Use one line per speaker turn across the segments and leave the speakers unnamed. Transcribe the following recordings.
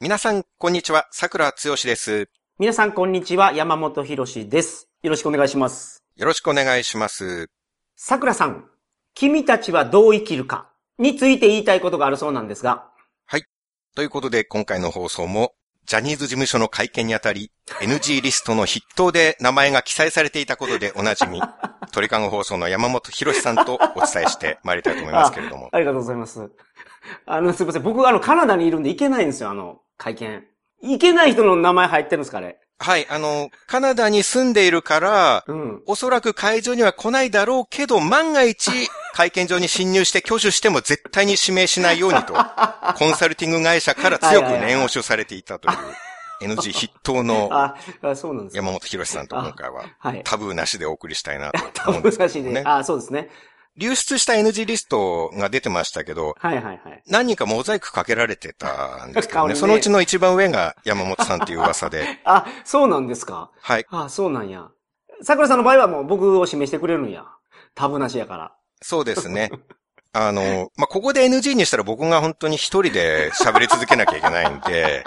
皆さん、こんにちは。桜つよしです。
皆さん、こんにちは。山本博史です。よろしくお願いします。
よろしくお願いします。
桜さん、君たちはどう生きるかについて言いたいことがあるそうなんですが、
ということで、今回の放送も、ジャニーズ事務所の会見にあたり、NG リストの筆頭で名前が記載されていたことでおなじみ、鳥かご放送の山本博さんとお伝えしてまいりたいと思いますけれども。
ありがとうございます。あの、すいません。僕、あの、カナダにいるんで行けないんですよ、あの、会見。行けない人の名前入ってるんですか、 あれ。
はい、あの、カナダに住んでいるから、
うん。
おそらく会場には来ないだろうけど、万が 一、会見場に侵入して挙手しても絶対に指名しないよう にと、コンサルティング会社から強く念押しをされていたという、NG 筆頭の
あ、あそうなんですか。
山本博さんと今回は
はい。
タブーなしでお送りしたいなと
多
思うんで
分
す
難し
け
い
ど
ね
ね。。
あ、そうですね。
流出した NG リストが出てましたけど、
はいはいはい。
何人かモザイクかけられてたんですけど
顔
ね、
にね
そのうちの一番上が山本さんっていう噂で、
あ、そうなんですか。
はい、
あ、そうなんや。桜さんの場合はもう僕を指名してくれるんや。タブなしやから。
そうですね。あの、まあ、ここで NG にしたら僕が本当に一人で喋り続けなきゃいけないん で、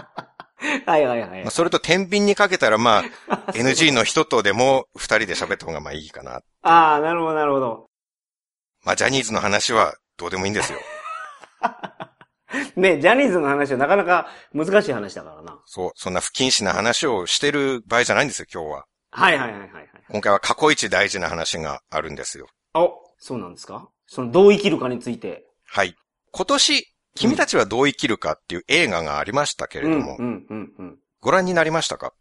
はいはいはい
まあ、。それと天秤にかけたらまあ、NG の人とでも二人で喋った方がまあいいかな。
ああ、なるほど、なるほど。
まあ、ジャニーズの話はどうでもいいんですよ。
ね、ジャニーズの話はなかなか難しい話だからな。
そう、そんな不謹慎な話をしてる場合じゃないんですよ、今日は。
はいはいはいはいはい。
今回は過去一大事な話があるんですよ。
お、そうなんですかその、どう生きるかについて。
はい。今年、君たちはどう生きるかっていう映画がありましたけれ
う
ど
ん、
も、
うん、うん、うん。
ご覧になりましたか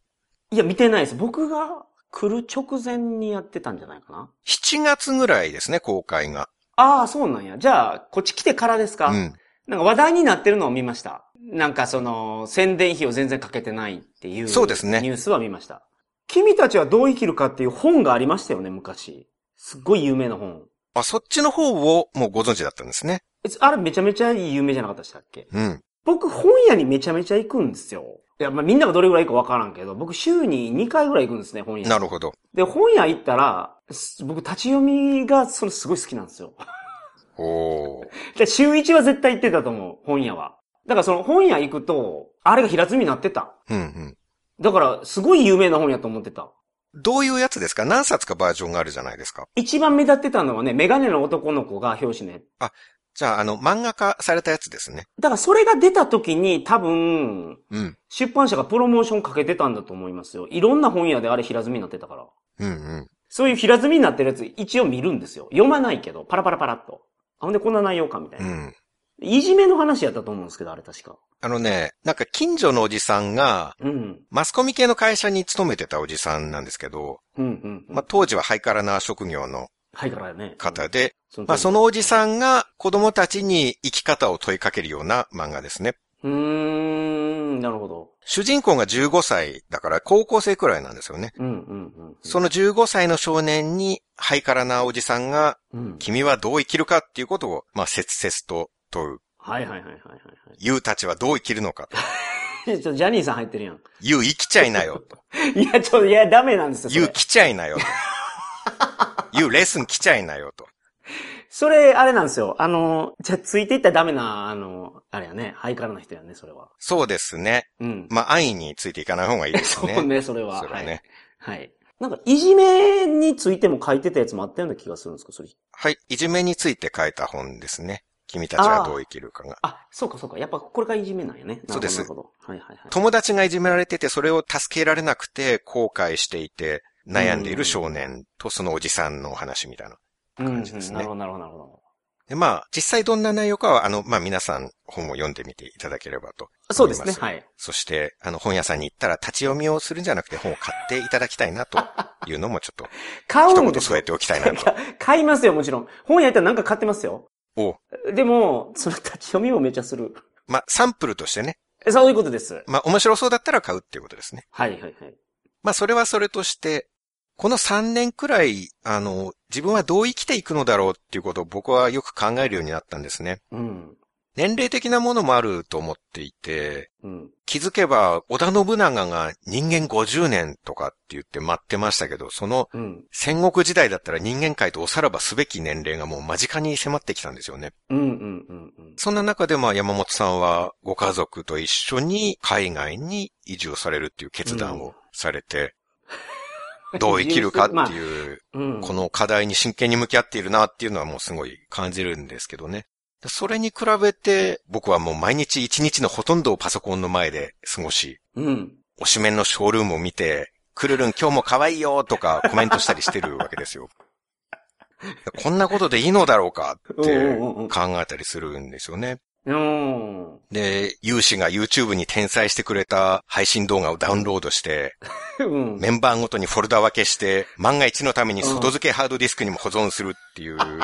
いや、見てないです。僕が来る直前にやってたんじゃないかな。
?7 月ぐらいですね、公開が。
ああ、そうなんや。じゃあ、こっち来てからですか、
うん。
なんか話題になってるのを見ました。なんかその、宣伝費を全然かけてないっていう。
そうですね
ニュースは見ました。君たちはどう生きるかっていう本がありましたよね、昔。すっごい有名な本。
あ、そっちの方をもうご存知だったんですね。
えあれめちゃめちゃ有名じゃなかったでしたっけ
うん。
僕、本屋にめちゃめちゃ行くんですよ。いや、まあ、みんながどれぐらい行くかわからんけど、僕、週に2回ぐらい行くんですね、本屋。
なるほど。
で、本屋行ったら、す僕、立ち読みが、それすごい好きなんですよ。
おー。
で、週1は絶対行ってたと思う、本屋は。だから、その本屋行くと、あれが平積みになってた。
うんうん。
だから、すごい有名な本やと思ってた。
どういうやつですか何冊かバージョンがあるじゃないですか。
一番目立ってたのはね、メガネの男の子が表紙ね。
じゃあ、あの、漫画化されたやつですね。
だから、それが出た時に、多分、
うん。
出版社がプロモーションかけてたんだと思いますよ。いろんな本屋であれ平積みになってたから。
うんうん。
そういう平積みになってるやつ一応見るんですよ。読まないけど、パラパラパラっと。あ、ほんでこんな内容かみたいうな。
ん。
いじめの話やったと思うんですけど、あれ確か。
あのね、なんか近所のおじさんが、
うん。
マスコミ系の会社に勤めてたおじさんなんですけど、
うんうん、うん。
まあ、当時はハイカラな職業の
はいからやね。
方で、
その
まあ、そのおじさんが子供たちに生き方を問いかけるような漫画ですね。
うーん、なるほど。
主人公が15歳だから高校生くらいなんですよね。
うんうんうん。
その15歳の少年にハイカラなおじさんが
うん。
君はどう生きるかっていうことを、まあ、切々と問う。
はいはいはいはいはい
ユウたちはどう生きるのかと。
はい。ちょっとジャニーさん入ってるやん。
ユウ生きちゃいなよと。
いや、ちょっと、いや、ダメなんですよ。 そ
ユウ
れ、
来ちゃいなよと。ユウレッスン来ちゃいなよと。
それあれなんですよ。あの、じゃあついていったらダメな、あの、あれやね。ハイカラな人やね、それは。
そうですね。
うん。
まあ、安易についていかない方がいいです
そう
ね。
ね、それは。
それはね。
はい。はい。なんか、いじめについても書いてたやつもあったような気がするんですか、それ。
はい。いじめについて書いた本ですね。君たちはどう生きるかが。
あ、そうかそうか。やっぱ、これがいじめなんやね。
そうです
なるほど。なるほどはいはいはい。
友達がいじめられてて、それを助けられなくて後悔していて、悩んでいる少年とそのおじさんのお話みたいな。感じですね
うんうん、なるほど、なるほど、なるほ
で、まあ、実際どんな内容かは、あの、まあ皆さん本を読んでみていただければと。
ど。そうです
思
ね。
います
はい。
そして、あの、本屋さんに行ったら立ち読みをするんじゃなくて本を買っていただきたいなというのもちょっ と、
買
一
うんで
言
す
添えておきたいな と。
買いますよ、もちろん。本屋行ったらなんか買ってますよ。
お
でも、その立ち読みもめちゃする。
まあ、サンプルとしてね。
そういうことです。
まあ、面白そうだったら買うっていうことですね。
はいはいはい。
まあ、それはそれとして、この3年くらい、あの、自分はどう生きていくのだろうっていうことを僕はよく考えるようになったんですね。
うん。
年齢的なものもあると思っていて、
うん。
気づけば、織田信長が人間50年とかって言って待ってましたけど、その
うん。
戦国時代だったら人間界とおさらばすべき年齢がもう間近に迫ってきたんですよね。
うん。うん。うん。うん。
そんな中でまあ山本さんはご家族と一緒に海外に移住されるっていう決断をされて、どう生きるかって
う。
いう、
うん。
この課題に真剣に向き合っているなっていうのはもうすごい感じるんですけどね。それに比べて僕はもう毎日一日のほとんどをパソコンの前で過ごし、
うん。
おしめんのショールームを見て、くるるん今日も可愛いよとかコメントしたりしてるわけ ですよ。こんなことでいいのだろうかっ
うん
て
うんうん
考えたりするんですよね。
うん。
で、有志が YouTube に転載してくれた配信動画をダウンロードして、
うん。
メンバーごとにフォルダ分けして、万が一のために外付けハードディスクにも保存するっていう、
うん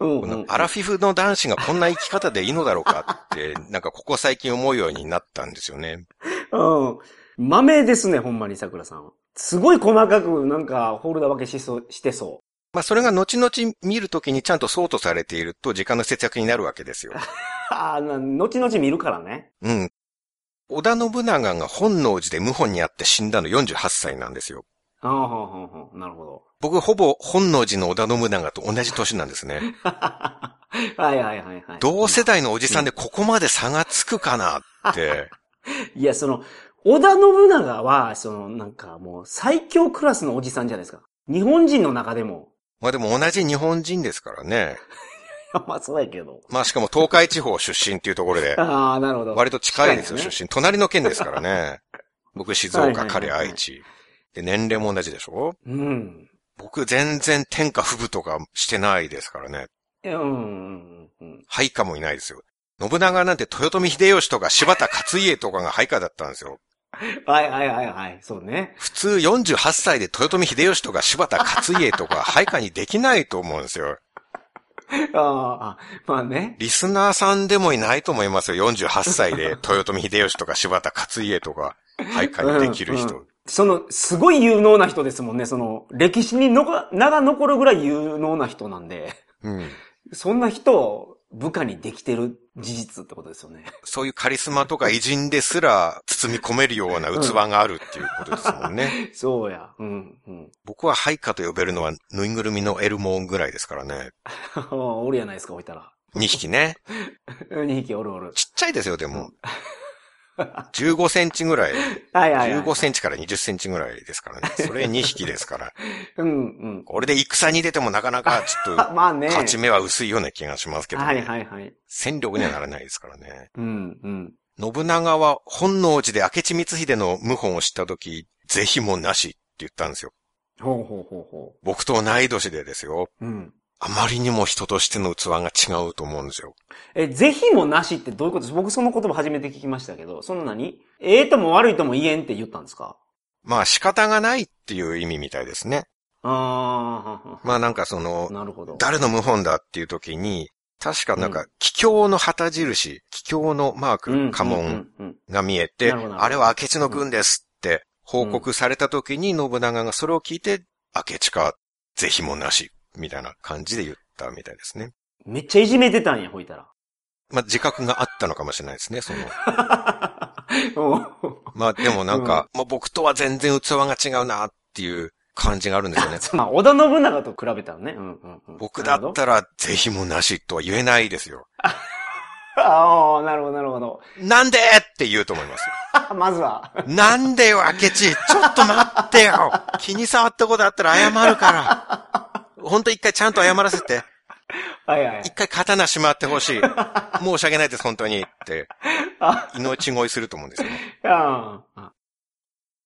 こ
うん
のアラフィフの男子がこんな生き方でいいのだろうかって、なんかここ最近思うようになったんですよね。
うん。豆ですね、ほんまに、桜さんは。すごい細かく、なんか、ホールダー分けしそう、してそ
まあそれが後々見るときにちゃんとソートされていると時間の節約になるわけです よ。
う。ああ、な後々見るからね。
うん。織田信長が本能寺で謀反にあって死んだの48歳なんですよ。
ああ、ほんほんほん。なるほど。
僕ほぼ本能寺の織田信長と同じ年なんです ね。
はいはいはいはい。
同世代のおじさんでここまで差がつくかなって。
いや、その、織田信長は、その、なんかもう、最強クラスのおじさんじゃないですか。日本人の中でも。
まあでも同じ日本人ですからね。
まあ、そうやけど。
まあしかも東海地方出身っていうところ で。
ああ、なるほど。
割と近いですよ、
近いね
出身。隣の県ですからね。僕、静
はいはい
岡、
はい
彼、愛知。で、年齢も同じでしょ
うん。
僕、全然天下不武とかしてないですからね。
いやうんうんうんうん。
配下もいないですよ。信長なんて豊臣秀吉とか柴田勝家とかが配下だったんですよ。
はいはいはいはい。そうね。
普通48歳で豊臣秀吉とか柴田勝家とか配下にできないと思うんですよ。
あああ、まあね。
リスナーさんでもいないと思いますよ。48歳で豊臣秀吉とか柴田勝家とか配下にできる人。
うんうんその、すごい有能な人ですもんね。その、歴史にのこ名が残るぐらい有能な人なんで、
うん
そんな人を部下にできてる事実ってことですよね。
そういうカリスマとか偉人ですら包み込めるような器があるっていうことですもんね。
そうや。うん、うん。
僕は配下と呼べるのはぬいぐるみのエルモンぐらいですからね。
おるやないですか、置いたら。
2匹ね。
2匹おるおる。
ちっちゃいですよ、でも。15センチぐらい。
はいはい、はい。
15センチから20センチぐらいですからね。それ2匹ですから。
うんうん。
これで戦に出てもなかなかちょっ
あ
と
まあ ね。
勝ち目は薄いような気がしますけど、
はい
ね、
はいはい。
戦力にはならないですからね。
うんうん。
信長は本能寺で明智光秀の謀反を知った時、是非もなしって言ったんですよ。
ほうほうほうほ
僕と同い年でですよ。
う。うん。
あまりにも人としての器が違うと思うんですよ。
え、ぜひもなしってどういうことです僕その言葉初めて聞きましたけど、その何ええとも悪いとも言えんって言ったんですか
まあ仕方がないっていう意味みたいですね。
ああ、
まあなんかその、
なるほど。
誰の謀反だっていう時に、確かなんか、奇境の旗印、奇境のマー
うん
ク、家紋。
うんうん
が見えて、
なるほどなるほど
あれは明智の軍ですって報告された時に信長がそれを聞いて、明智か、是非もなし、みたいな感じで言ったみたいですね。
うんめっちゃいじめてたんや、ほいたら。
まあ自覚があったのかもしれないですね、 その。
うん
まあでもなんか、まあ僕とは全然器が違うなっていう感じがあるんですよね。
まあ、織田信長と比べたらね。うんうんう ん、
僕だっ
なる
たら、ぜひもなしとは言えないですよ。
ほど。ああ、なるほど、なるほど。
なんでって言うと思います。
まずは。
なんでよ、明智ちょっと待ってよ気に触ったことあったら謝るから。ほんと一回ちゃんと謝らせて。
はいはい。
一回刀しまってほしい。申し訳ないです、本当に。って、
あ
命乞いすると思うんですよね。
ああ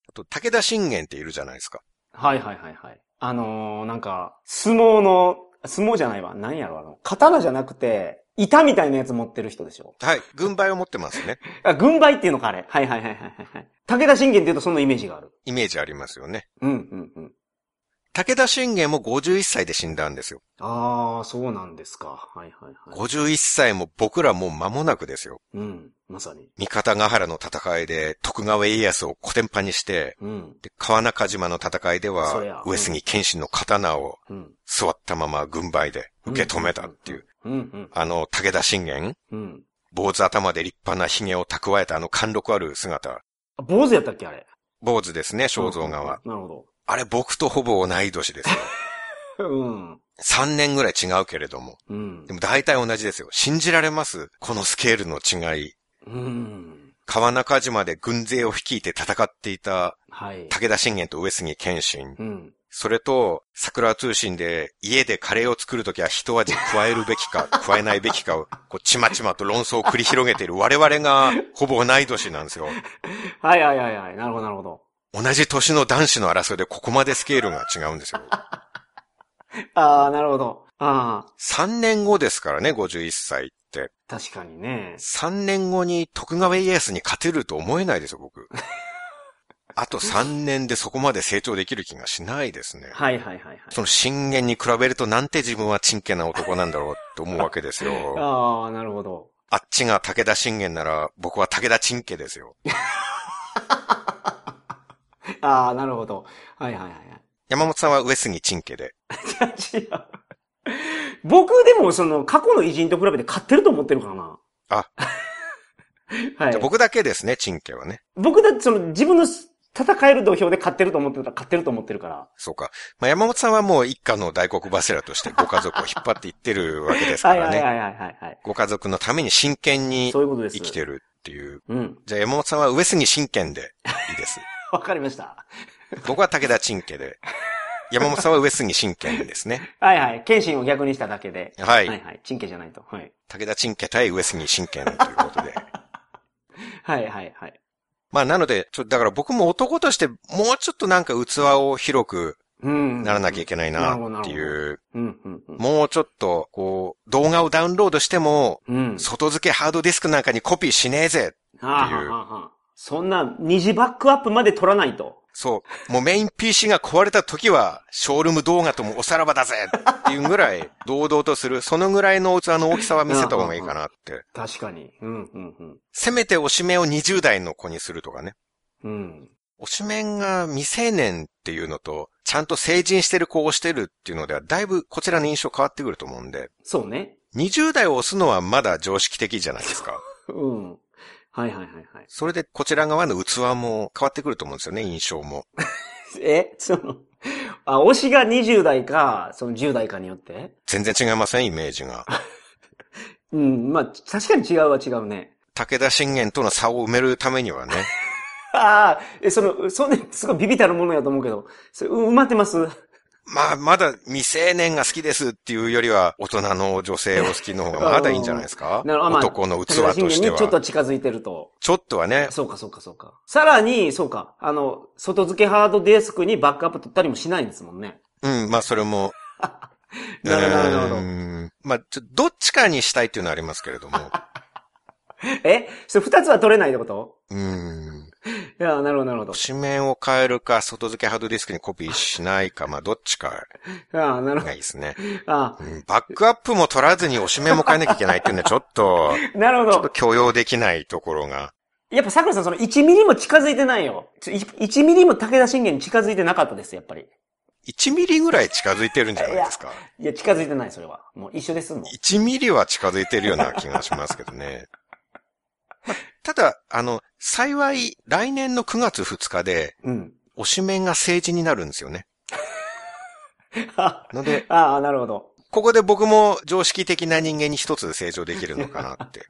あと、武田信玄っているじゃないですか。
はいはいはいはい。あのー、なんか、相撲の、相撲じゃないわ。何やろ、あの、刀じゃなくて、板みたいなやつ持ってる人でしょ。
はい。軍配を持ってますね。
あ、軍配っていうのか、あれ。はいはいはいはいはいはい。武田信玄って言うとそんなイメージがある。
イメージありますよね。
うんうんうん。
武田信玄も51歳で死んだんですよ。
ああ、そうなんですか。はいはいはい。
51歳も僕らもう間もなくですよ。
うん、まさに。
三方ヶ原の戦いで徳川家康を古典派にして、
うん、
で川中島の戦いで
そりゃ
は
うん
上杉謙信の刀を
うん。
座ったまま軍配で受け止めたっていう、
うん、うん、
あの、武田信玄、
うん。
坊主頭で立派な髭を蓄えたあの貫禄ある姿。
あ坊主やったっけあれ。
坊主ですね、肖像画は。
うん。なるほ
あれ僕とほぼ同い年 ですよ。
ど。うん。
3年ぐらい違うけれども。
うん
で。も大体同じですよ。信じられますこのスケールの違い。
うん。
川中島で軍勢を率いて戦っていた
はい。
武田信玄と上杉謙信。
うん。
それと、桜通信で家でカレーを作るときは一味加えるべきか、 加えないべきかを、こう、ちまちまと論争を繰り広げている我々がほぼ同い年なんですよ。
はいはいはいはい。なるほど、なるほど。
同じ年の男子の争いでここまでスケールが違うんですよ。
ああ、なるほど。ああ、
3年後ですからね、51歳って。
確かにね。
3年後に徳川家康に勝てると思えないですよ、僕。あと3年でそこまで成長できる気がしないですね。
はいはいはいはい。
その信玄に比べるとなんて自分はチンケな男なんだろうと思うわけですよ。
ああ、なるほど。
あっちが武田信玄なら僕は武田チンケですよ。
ああ、なるほど。はいはいはいはい。
山本さんは上杉チンケで。
違う。僕でもその過去の偉人と比べて勝ってると思ってるからな。
あ。
はい。僕
僕だけですね、チンケはね。
だってその自分の戦える土俵で勝ってると思ってたら勝ってると思ってるから。
そうか。まあ、山本さんはもう一家の大黒柱としてご家族を引っ張っていってるわけですか
はい
ら
はい
ね。
はいはいはいはい。
ご家族のために真剣に
そういうことです。
生きてるっていう
うん。
じゃあ山本さんは上杉真剣でいい です。
わかりました。
僕は武田陳家で。山本さんは上杉真剣ですね。
はいはい。謙信を逆にしただけで。
はい。
はいはい。チンケじゃないと。はい。
武田陳家対上杉真剣ということで。
はいはいはい。
まあなので、ちょっとだから僕も男としてもうちょっとなんか器を広く
うん。
ならなきゃいけないな
うん
っていう、
うんうんうん。
もうちょっとこう動画をダウンロードしても
うん。
外付けハードディスクなんかにコピーしねえぜ。
はあはあはあはあそんな二次バックアップまで取らないと。
そう。もうメイン PC が壊れた時は、ショールーム動画ともおさらばだぜっていうぐらい、堂々とする、そのぐらいの器の大きさは見せた方がいいかなって。
確かに。うんうんうん。
せめておしめを20代の子にするとかね。
うん。
おしめが未成年っていうのと、ちゃんと成人してる子を推してるっていうのでは、だいぶこちらの印象変わってくると思うんで、
そうね。
20代を押すのはまだ常識的じゃないですか。
うん。はいはいはいはい。
それでこちら側の器も変わってくると思うんですよね、印象も。
え、その、あ、推しが20代か、その10代かによって
全然違いません、イメージが。
うん、まあ、確かに違うは違うね。
武田信玄との差を埋めるためにはね、
ああ、え、その、そんな、すごいビビたるものやと思うけど、それう埋まってます。
まあ、まだ未成年が好きですっていうよりは、大人の女性を好きの方 がまだいいんじゃないですか
なるほどまあ
男の器として
にちょっと
は。
近づいてると。
ちょっとはね、
そうか、そうか、そうか。さらに、そうか、あの、外付けハードディスクにバックアップ取ったりもしないんですもんね。
うん、まあそれも。
なるほど、なるほ
う
ど。
んまあ、ちょどっちかにしたいっていうのはありますけれ ども。
えそれ二つは取れないってこと
うん。
いや、なるほど、なるほど。
紙面を変えるか、外付けハードディスクにコピーしないか、まあどっちか
ああ、なるほ
が
ど
いい。ですね。
あ
うんバックアップも取らずにおしめも変えなきゃいけないっていうのはちょっ と、
あ、なるほ
ちょっと。
ど
許容できないところが。
やっぱ桜さん、その1ミリも近づいてないよ。ちょい1ミリも武田信玄に近づいてなかったです、やっぱり。
1ミリぐらい近づいてるんじゃないですか。
いや、近づいてない、それは。もう一緒ですもん。
1ミリは近づいてるような気がしますけど ね。まあただ、あの、幸い、来年の9月2日で、
うん。
推しメンが成人になるんですよね。
あ
ので、
あ、なるほど。
ここで僕も常識的な人間に一つ成長できるのかなって、ち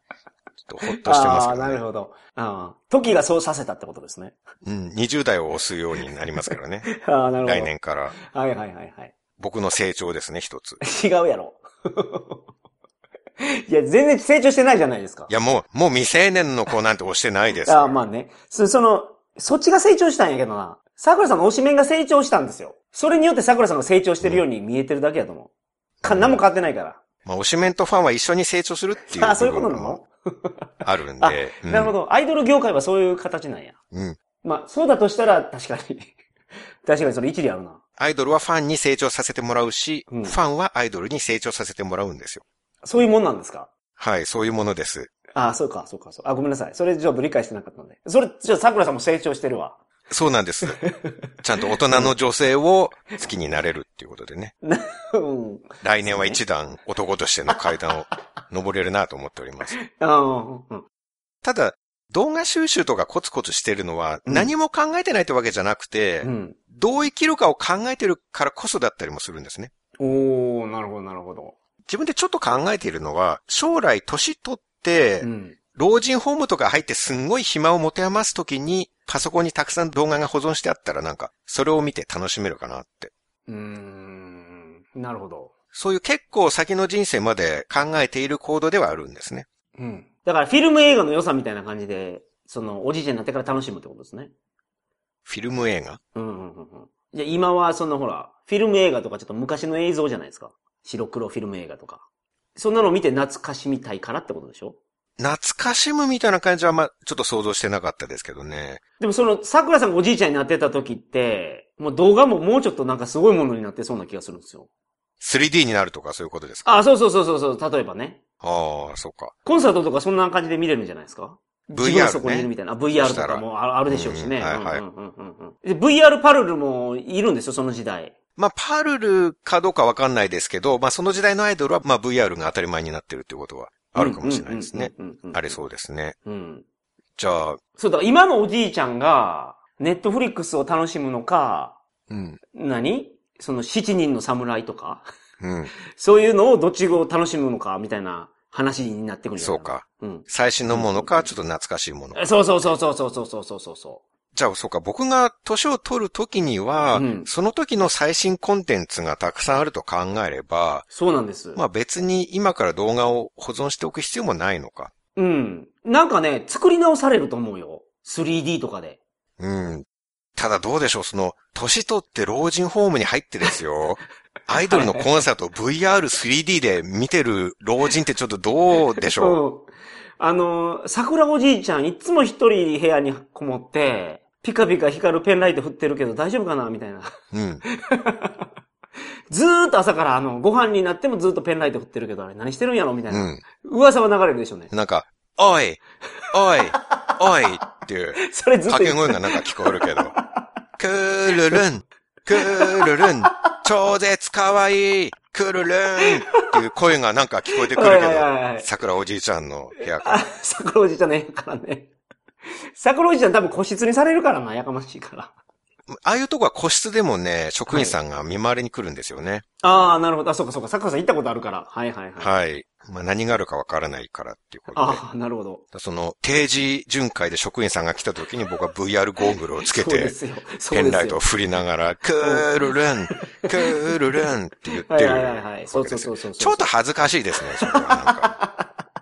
ょっとほっとしてます
ああ、
けど
なる
ね。
ほど。ああ、時がそうさせたってことですね。
うん、20代を押すようになりますからね。
ああ、 なるほど。
来。年から。
はいはいはいはい。
僕の成長ですね、一つ。
違うやろ。 いや、全然成長してないじゃないですか。
いや、もう、もう未成年の子なんて押してないです。
ああ、まあね。そ、その、そっちが成長したんやけどな。桜さんの推し面が成長したんですよ。それによって桜さんが成長してるように見えてるだけやと思う。か、何も変わってないから。
まあ、推しメンとファンは一緒に成長するっていう
ああ、そういう
部
こと
分も
なの、
あるん
あ
で。うん
なるほ。ど。アイドル業界はそういう形なんや。
うん。
まあ、そうだとしたら、確かに。確かにそれ一理あるな。
アイドルはファンに成長させてもらうし、
うん
ファンはアイドルに成長させてもらうんですよ。
そういうもんなんですか
はい、そういうものです。
ああ、そうか、そうか、そう。あ、ごめんなさい。それちょっと理解してなかったので。それ、ちょっと桜さんも成長してるわ。
そうなん です。ちゃんと大人の女性を好きになれるっていうことでね。
うん。
来年は一段男としての階段を登れるなと思っており ます。
ああ、
ただ、動画収集とかコツコツしてるのは
うん
何も考えてないってわけじゃなくて、
うん。
どう生きるかを考えてるからこそだったりもするんですね。
おー、なるほど、なるほど。
自分でちょっと考えているのは、将来年取って
う、ん。
老人ホームとか入ってすんごい暇を持て余すときに、パソコンにたくさん動画が保存してあったらなんか、それを見て楽しめるかなって。
うーん。なるほど。
そういう結構先の人生まで考えている行動ではあるんですね。
うん。だからフィルム映画の良さみたいな感じで、その、おじいちゃんになってから楽しむってことですね。
フィルム映画
うんうんうんうん。じゃあ今はそのほら、フィルム映画とかちょっと昔の映像じゃないですか。白黒フィルム映画とか。そんなの見て懐かしみたいからってことでしょ
懐かしむみたいな感じはまあちょっと想像してなかったですけどね。
でもその、桜さんがおじいちゃんになってた時って、もう動画ももうちょっとなんかすごいものになってそうな気がするんですよ。
3D になるとかそういうことですか
あ、そうそうそうそうそう、例えばね。
ああ、そうか。
コンサートとかそんな感じで見れるんじゃないですか
VR
自分がそこにいるみたいな。VR とかもああるでしょうしね。
うんはいはい
うんうんうんうんで VR パルルもいるんですよ、その時代。
まあ、パルルかどうかわかんないですけど、まあ、その時代のアイドルは、まあ、VR が当たり前になってるってことはあるかもしれないですね。
うんうんうんうんうん。
ありそうですね。
うん。
じゃあ、
そうだ、今のおじいちゃんが、ネットフリックスを楽しむのか、
うん、
何その七人の侍とか、
うん、
そういうのをどっちを楽しむのか、みたいな話になってくるんじゃ
そ。
ないう
か。
うん。
最新のものか、ちょっと懐かしいものか。
そうそうそうそうそうそうそうそうそう
じゃあ、そうか、僕が年を取るときには、
うん
その時の最新コンテンツがたくさんあると考えれば、
そうなんです。
まあ別に今から動画を保存しておく必要もないのか。
うん。なんかね、作り直されると思うよ。3D とかで。
うん。ただどうでしょうその、年取って老人ホームに入ってです よ。アイドルのコンサートを VR3D で見てる老人ってちょっとどうでしょう
うん。あの、桜おじいちゃん、いつも一人部屋にこもって、ピカピカ光るペンライト振ってるけど大丈夫かなみたいな。
うん。
ずーっと朝からあの、ご飯になってもずーっとペンライト振ってるけど、あれ何してるんやろみたいうな。
ん。
噂は流れるでしょうね。
なんか、おいおいおいっていう
それずっ
掛
と
け
言う。
声がなんか聞こえるけど。くるるんくるるん超絶かわいいくるるんっていう声がなんか聞こえてくるけ
はいはいはいは
ど、
い
桜おじいちゃんの部屋から
あ、桜おじいちゃんの部屋からね。 桜おじいちゃん多分個室にされるからな、やかましいから。
ああいうとこは個室でもね、職員さんが見回りに来るんですよね。
ああ、なるほど。あ、そうかそうか。桜さん行ったことあるから。はいはいはい。
はい。まあ何があるかわからないからっていうことで。
ああ、なるほど。
その定時巡回で職員さんが来た時に僕は VR ゴーグルをつけ
そうで
て、
すよ。そう
ペ
ですよ
ンライトを振りながら、クールルン、クールルンって言って
はい
る
はいはいはい。そ
わ
う
けで
そ
す
うそ
よ。
うそう。
ちょっと恥ずかしいですね、それはなんか。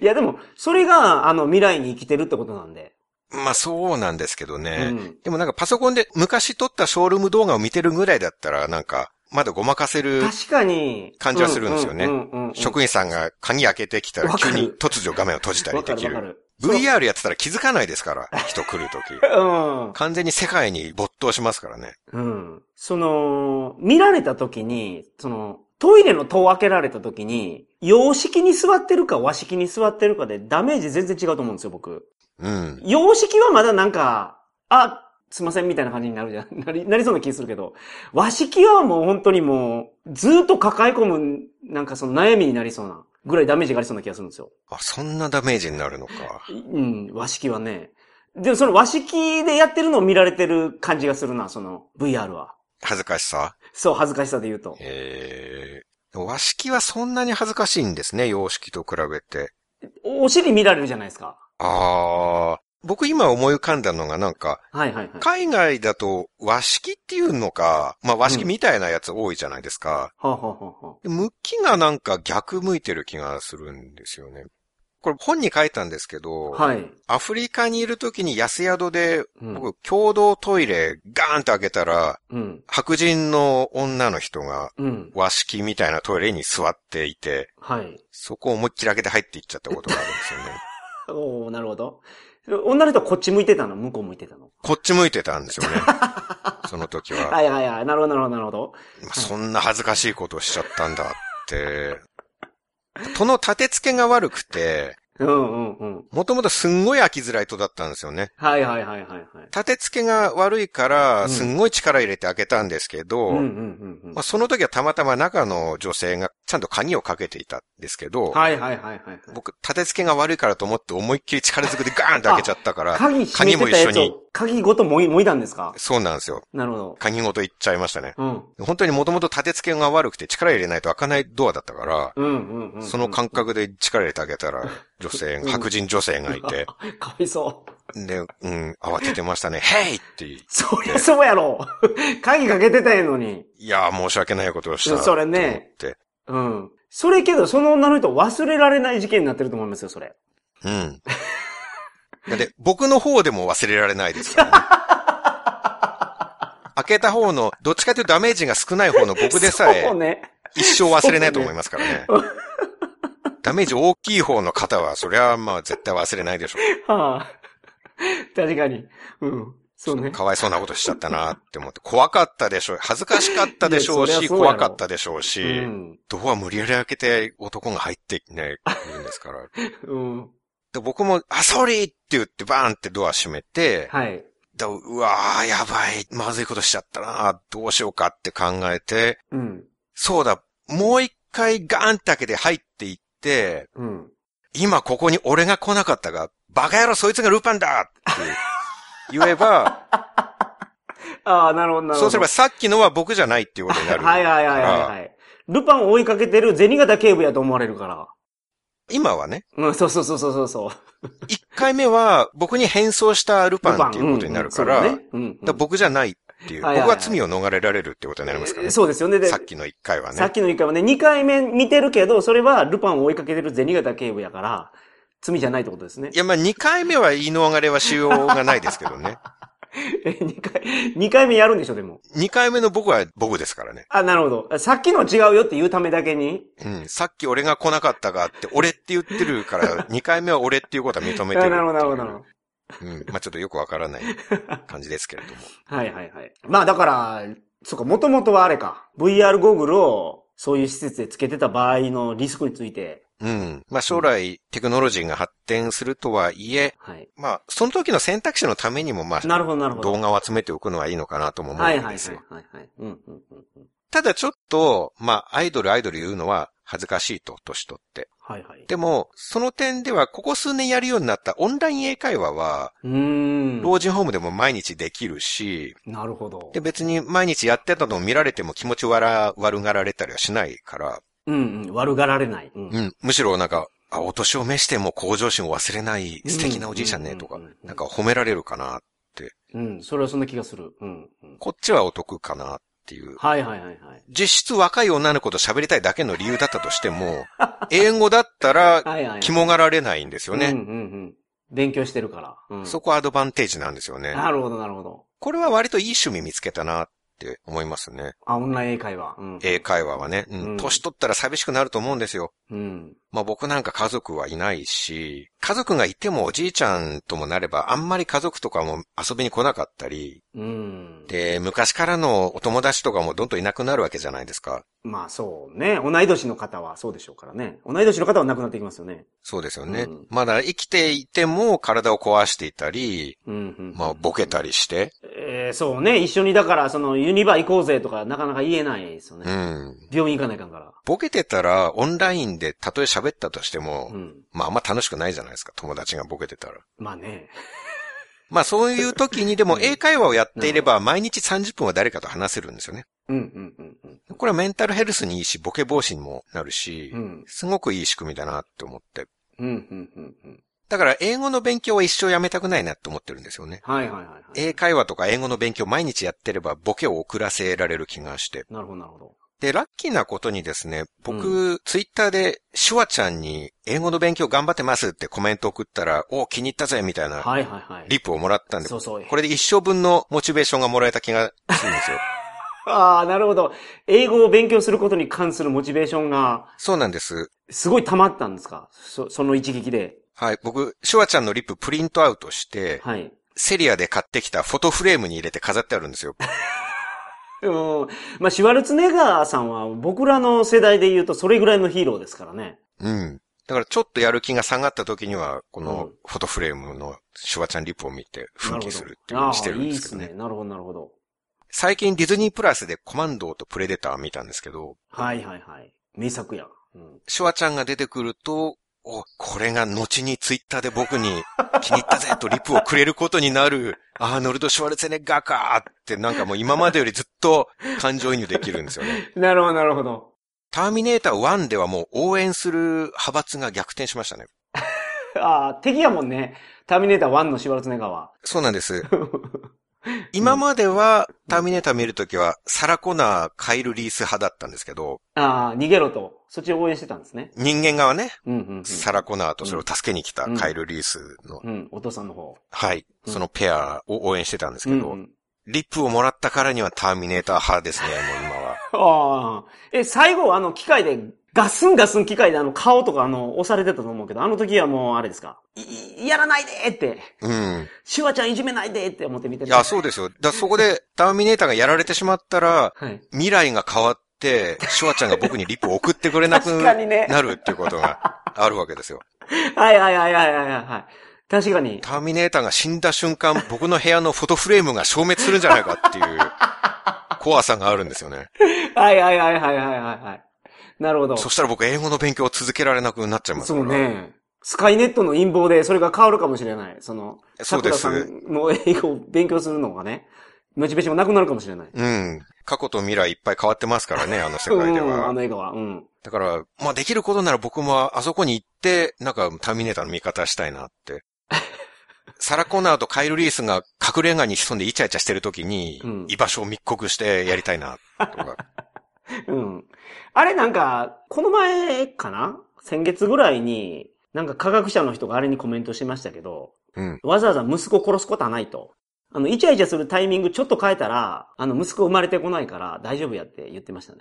いやでも、それが、あの、未来に生きてるってことなんで。
まあそうなんですけど
う
ね。
ん。
でもなんかパソコンで昔撮ったショールーム動画を見てるぐらいだったら、なんか、まだごまかせる
確かに。
感じはするんですよね
うんうんうんうん
職員さんが鍵開けてきたら
わか
急
る
に突如画面を閉じたり
わか
でき
るわか
る。
る。
VR やってたら気づかないですから、人来るとき。
うん。
完全に世界に没頭しますからね。
うん。その、見られた時に、その、トイレの戸を開けられた時に、洋式に座ってるか和式に座ってるかでダメージ全然違うと思うんですよ、僕。
うん。
洋式はまだなんか、あ、すいませんみたいな感じになるじゃん。 なり、なりそうな気するけど。和式はもう本当にもう、ずーっと抱え込む、なんかその悩みになりそうな、ぐらいダメージがありそうな気がするんですよ。
あ、そんなダメージになるのか。
いうん、和式はね。でもその和式でやってるのを見られてる感じがするな、その VR は。
恥ずかしさ。
そう、恥ずかしさで言うと。
えー。和式はそんなに恥ずかしいんですね、洋式と比べて。
おお尻見られるじゃないですか。
あー。僕今思い浮かんだのがなんか、
はいはいはい。
海外だと和式っていうのか、まあ和式みたいなやつ多いじゃないですか。
はあ、はあはあは
で向きがなんか逆向いてる気がするんですよね。これ本に書いたんですけど、
あ、はい。
アフリカにいる時に安宿で、
うん。
僕、共同トイレガーンと開けたら、
うん。
白人の女の人が
うん。
和式みたいなトイレに座っていて、
はい。
そこを思いっきり開けて入っていっちゃったことがあるんですよ ね。
おおなるほど。女の人はこっち向いてたの向こう向いてたの
こっち向いてたんですよ ね。その時は。
はいはいはい。なるほど、なるほど、なるほど。
まあそんな恥ずかしいことをしちゃったんだって。との立て付けが悪くて、
うんうんうん。
もともとすんごい飽きづらい戸だったんですよね。
はいはいはいはいはい。
立て付けが悪いか
う
ら、
ん
すんごい力入れて開けたんですけど、
うんうんうんうん
まあ、。その時はたまたま中の女性がちゃんと鍵をかけていたんですけど、
はいはいはいはいはい。
僕、立て付けが悪いからと思って思いっきり力ずくでガーンって開けちゃったから、
鍵閉めてたやつを、鍵ごともい、もいだんですか
そうなんですよ。
なるほど。
鍵ごといっちゃいましたね。
うん。
本当にもともと立て付けが悪くて力入れないと開かないドアだったから、
うんうんうん。
その感。覚で力入れてあげたら、女 性、
うん
白人女性がいて、
かわいそう。
で、うん、慌ててま したね。ヘイって、い
そりゃそうやろ。鍵かけてたやのに。
やー、申し訳ないことをした。
それね。
って。
うん。それけど、その女の人忘れられない事件になってると思いますよ、それ。
うん。だって、僕の方でも忘れられない ですから、ね。開けた方の、どっちかというとダメージが少ない方の僕でさえ
そう、ね。
一生忘れないと思いますからね。 ダメージ大きい方の方は、そりゃ、まあ、絶対忘れないでしょ
はあ。確かに。うん。そ うね。
かわいそうなことしちゃったなって思って、怖かったでしょう。恥ずかしかったでしょう
いや
し、
そりゃそうや
怖
ろ
かったでしょう
う
し、
ん。
ドア無理やり開けて男が入ってね、いるんですから。
うん。
で僕も、あ、ソーリーって言ってバーンってドア閉めて、
はい。
だうわー、やばい、まずいことしちゃったなどうしようかって考えて、
うん。そ
そ
う
うだ、もう一回ガーンって開けて入っていって、
うん。
今ここに俺が来なかったが、バカ野郎そいつがルパンだ って言えば、
ああ、なるほど、なるほど。
そう すればさっきのは僕じゃないっていうことになるから。
はいはいはいはいはい。ルパンを追いかけてる銭形警部やと思われるから。
今はね、
うん、そうそうそうそうそうそう。
一回目は僕に変装したルパンっていうことになるから、
ル
だ
パンうんうんそうだねうんうん
から僕じゃないっていう、
はいはいはい
僕は罪を逃れられるってことになりますからね。
そうですよね。で
さっきの一回はね。
さっきの1回はね、2回目見てるけど、それはルパンを追いかけてる銭形警部やから、罪じゃないってことですね
い。や、まあ、2回目は言い逃れはしようがないですけどね。
え、2回、 二回目やるんでしょ、でも。
2回目の僕は僕ですからね。
あ、なるほど。さっきの違うよって言うためだけに。
うん。さっき俺が来なかったがあって、俺って言ってる から、2回目は俺っていうことは認めてる
あ
ってい
な
う。
るほど、なるほど、なるほど。
うん。まあ、ちょっとよくわから ない感じですけれども。
はいはいはい。まあだから、そっか、もともとはあれか。VR ゴーグルを、そういう施設でつけてた場合のリスクについて。
うん。まあ、将来、テクノロジーが発展するとはいえ、
はい。
まあ、その時の選択肢のためにも、まあ、
なるほど、なるほど。
動画を集めておくのはいいのかなとも思うん
はいはいはい
ですよ。
はいはい。うんうんうんうん。
ただちょっと、まあ、アイドルアイドル言うのは恥ずかしいと、年取って。
はいはい。
でも、その点では、ここ数年やるようになったオンライン英会話は、
うーん。
老人ホームでも毎日できるし、
なるほど
で、。別に毎日やってたのを見られても気持ち悪悪がられたりはしないから、
うんうん。悪がられない。うん
うん、むしろなんか、あ、お年を召しても向上心を忘れない素敵なおじいちゃんね、とか
ううう、う
なんか褒められるかな、
うん、それはそんな気がする。うん。うん
こっちはお得かなっていう。
はいはいはいはい。
実質若い女の子と喋りたいだけの理由だったとして も、英語だったら、
はいはい。
肝がられないんですよ
うん
ね。
うんうん。勉強してるから。うん。
そこはアドバンテージなんですよね。
なるほどなるほど。
これは割といい趣味見つけたなって思いますね。
あ、オンライン英会話。うん。
英会話はね。うん
うん
年取ったら寂しくなると思うんですよ。
うん。
まあ僕なんか家族はいないし、家族がいてもおじいちゃんともなれば、あんまり家族とかも遊びに来なかったり、
うん。
で、昔からのお友達とかもどんどんいなくなるわけじゃないですか。
まあそうね。同い年の方はそうでしょうからね。同い年の方は亡くなっていきますよね。
そうですよね。
うん
まだ生きていても体を壊していたり、
うんうん。
まあボケたりして、
えー、そうね。一緒にだから、そのユニバ行こうぜとかなかなか言えないですよ
う
ね。
ん。
病院行かないかんから。
ボケてたらオンラインでたとえ喋ったとしても、
うん。
まああんま楽しくないじゃないですか、友達がボケてたら。
まあね。
まあそういう時にでも
うん
英会話をやっていれば毎日30分は誰かと話せるんですよね。
うんうんうんうん。
これはメンタルヘルスにいいし、ボケ防止にもなるし
う、ん。
すごくいい仕組みだなって思って。
うんうんうんうん。
だから英語の勉強は一生やめたくないなって思ってるんですよね。
はいはいはい、はい。
英会話とか英語の勉強毎日やってればボケを遅らせられる気がして。
なるほどなるほど。
で、ラッキーなことにですね、僕、
う
ツイッターでシュワちゃんに英語の勉強頑張ってますってコメント送ったら、お気に入ったぜみたいな
はいはいはい。
リップをもらったんで、
そうそう。
これで一生分のモチベーションがもらえた気がするんですよ。
ああ、なるほど。英語を勉強することに関するモチベーションが、
そうなんです。
すごい溜まったんですかそ、その一撃で。
はい。僕、シュワちゃんのリッププリントアウトして、
はい。
セリアで買ってきたフォトフレームに入れて飾ってあるんですよ。
うん。まあ、シュワルツェネッガーさんは僕らの世代で言うとそれぐらいのヒーローですからね。
うん。だからちょっとやる気が下がった時には、こ
う
の
ん
フォトフレームのシュワちゃんリップを見て奮起するっていう
な
風
るほど
にしてるんですけど
ああいい
ね
っ。すね。なるほど、なるほど。
最近ディズニープラスでコマンドーとプレデター見たんですけど、
はいはいはい。名作や。うん。
シュワちゃんが出てくると、お、これが後にツイッターで僕に気に入ったぜとリップをくれることになる、アーノルド・シュワルツェネッガーかーってなんかもう今までよりずっと感情移入できるんですよね。
なるほど、なるほど。
ターミネーター1ではもう応援する派閥が逆転しましたね。
ああ、敵やもんね。ターミネーター1のシュワルツェネッガーは。
そうなんです。 今まではターミネーター見るときはサラコナー、カイル・リース派だったんですけど、
ああ、逃げろと。そっちを応援してたんですね。
人間側ね、
うんうん、うん。
サラコナーとそれを助けに来たカイル・リースの、
うん、お父さんの方。
はい、
うん
そのペアを応援してたんですけど、
うんうん
リップをもらったからにはターミネーター派です ね、もう今は。
ああ。え、最後、あの、機械で、ガスンガスン機械で、あの、顔とか、あの、押されてたと思うけど、あの時はもう、あれですか。い、いやらないでって。
うん。
シュワちゃんいじめないでって思って見て
い
た。
や、そうですよ。だからそこでターミネーターがやられてしまったら、
はい。
未来が変わって、シュワちゃんが僕にリップを送ってくれなく
確かにね。
なるっていうことがあるわけですよ。
はいはいはいはいはいはい。確かに。
ターミネーターが死んだ瞬間、 僕の部屋のフォトフレームが消滅するんじゃないかっていう怖さがあるんですよね。
はいはいはいはいはいはいはい。なるほど。
そしたら僕英語の勉強を続けられなくなっちゃいますから。
そうね。スカイネットの陰謀でそれが変わるかもしれない。その、
そうです
さんの英語を勉強するのがね、モチベーションもなくなるかもしれない。
うん。過去と未来いっぱい変わってます からね、あの世界で
うん、あ
は。
の映画は。うん。
だから、まあできることなら僕もあそこに行って、なんかターミネーターの味方したいなって。 サラ・コナーとカイル・リースが隠れ家に潜んでイチャイチャしてる時に
うん、
居場所を密告してやりたいな、と か。
うん。あれなんか、この前かな先月ぐらいに、なんか科学者の人があれにコメントしましたけど、
うん。
わざわざ息子を殺すことはないと。あの、イチャイチャするタイミングちょっと変えたら、あの、息子生まれてこないから大丈夫やって言ってましたね。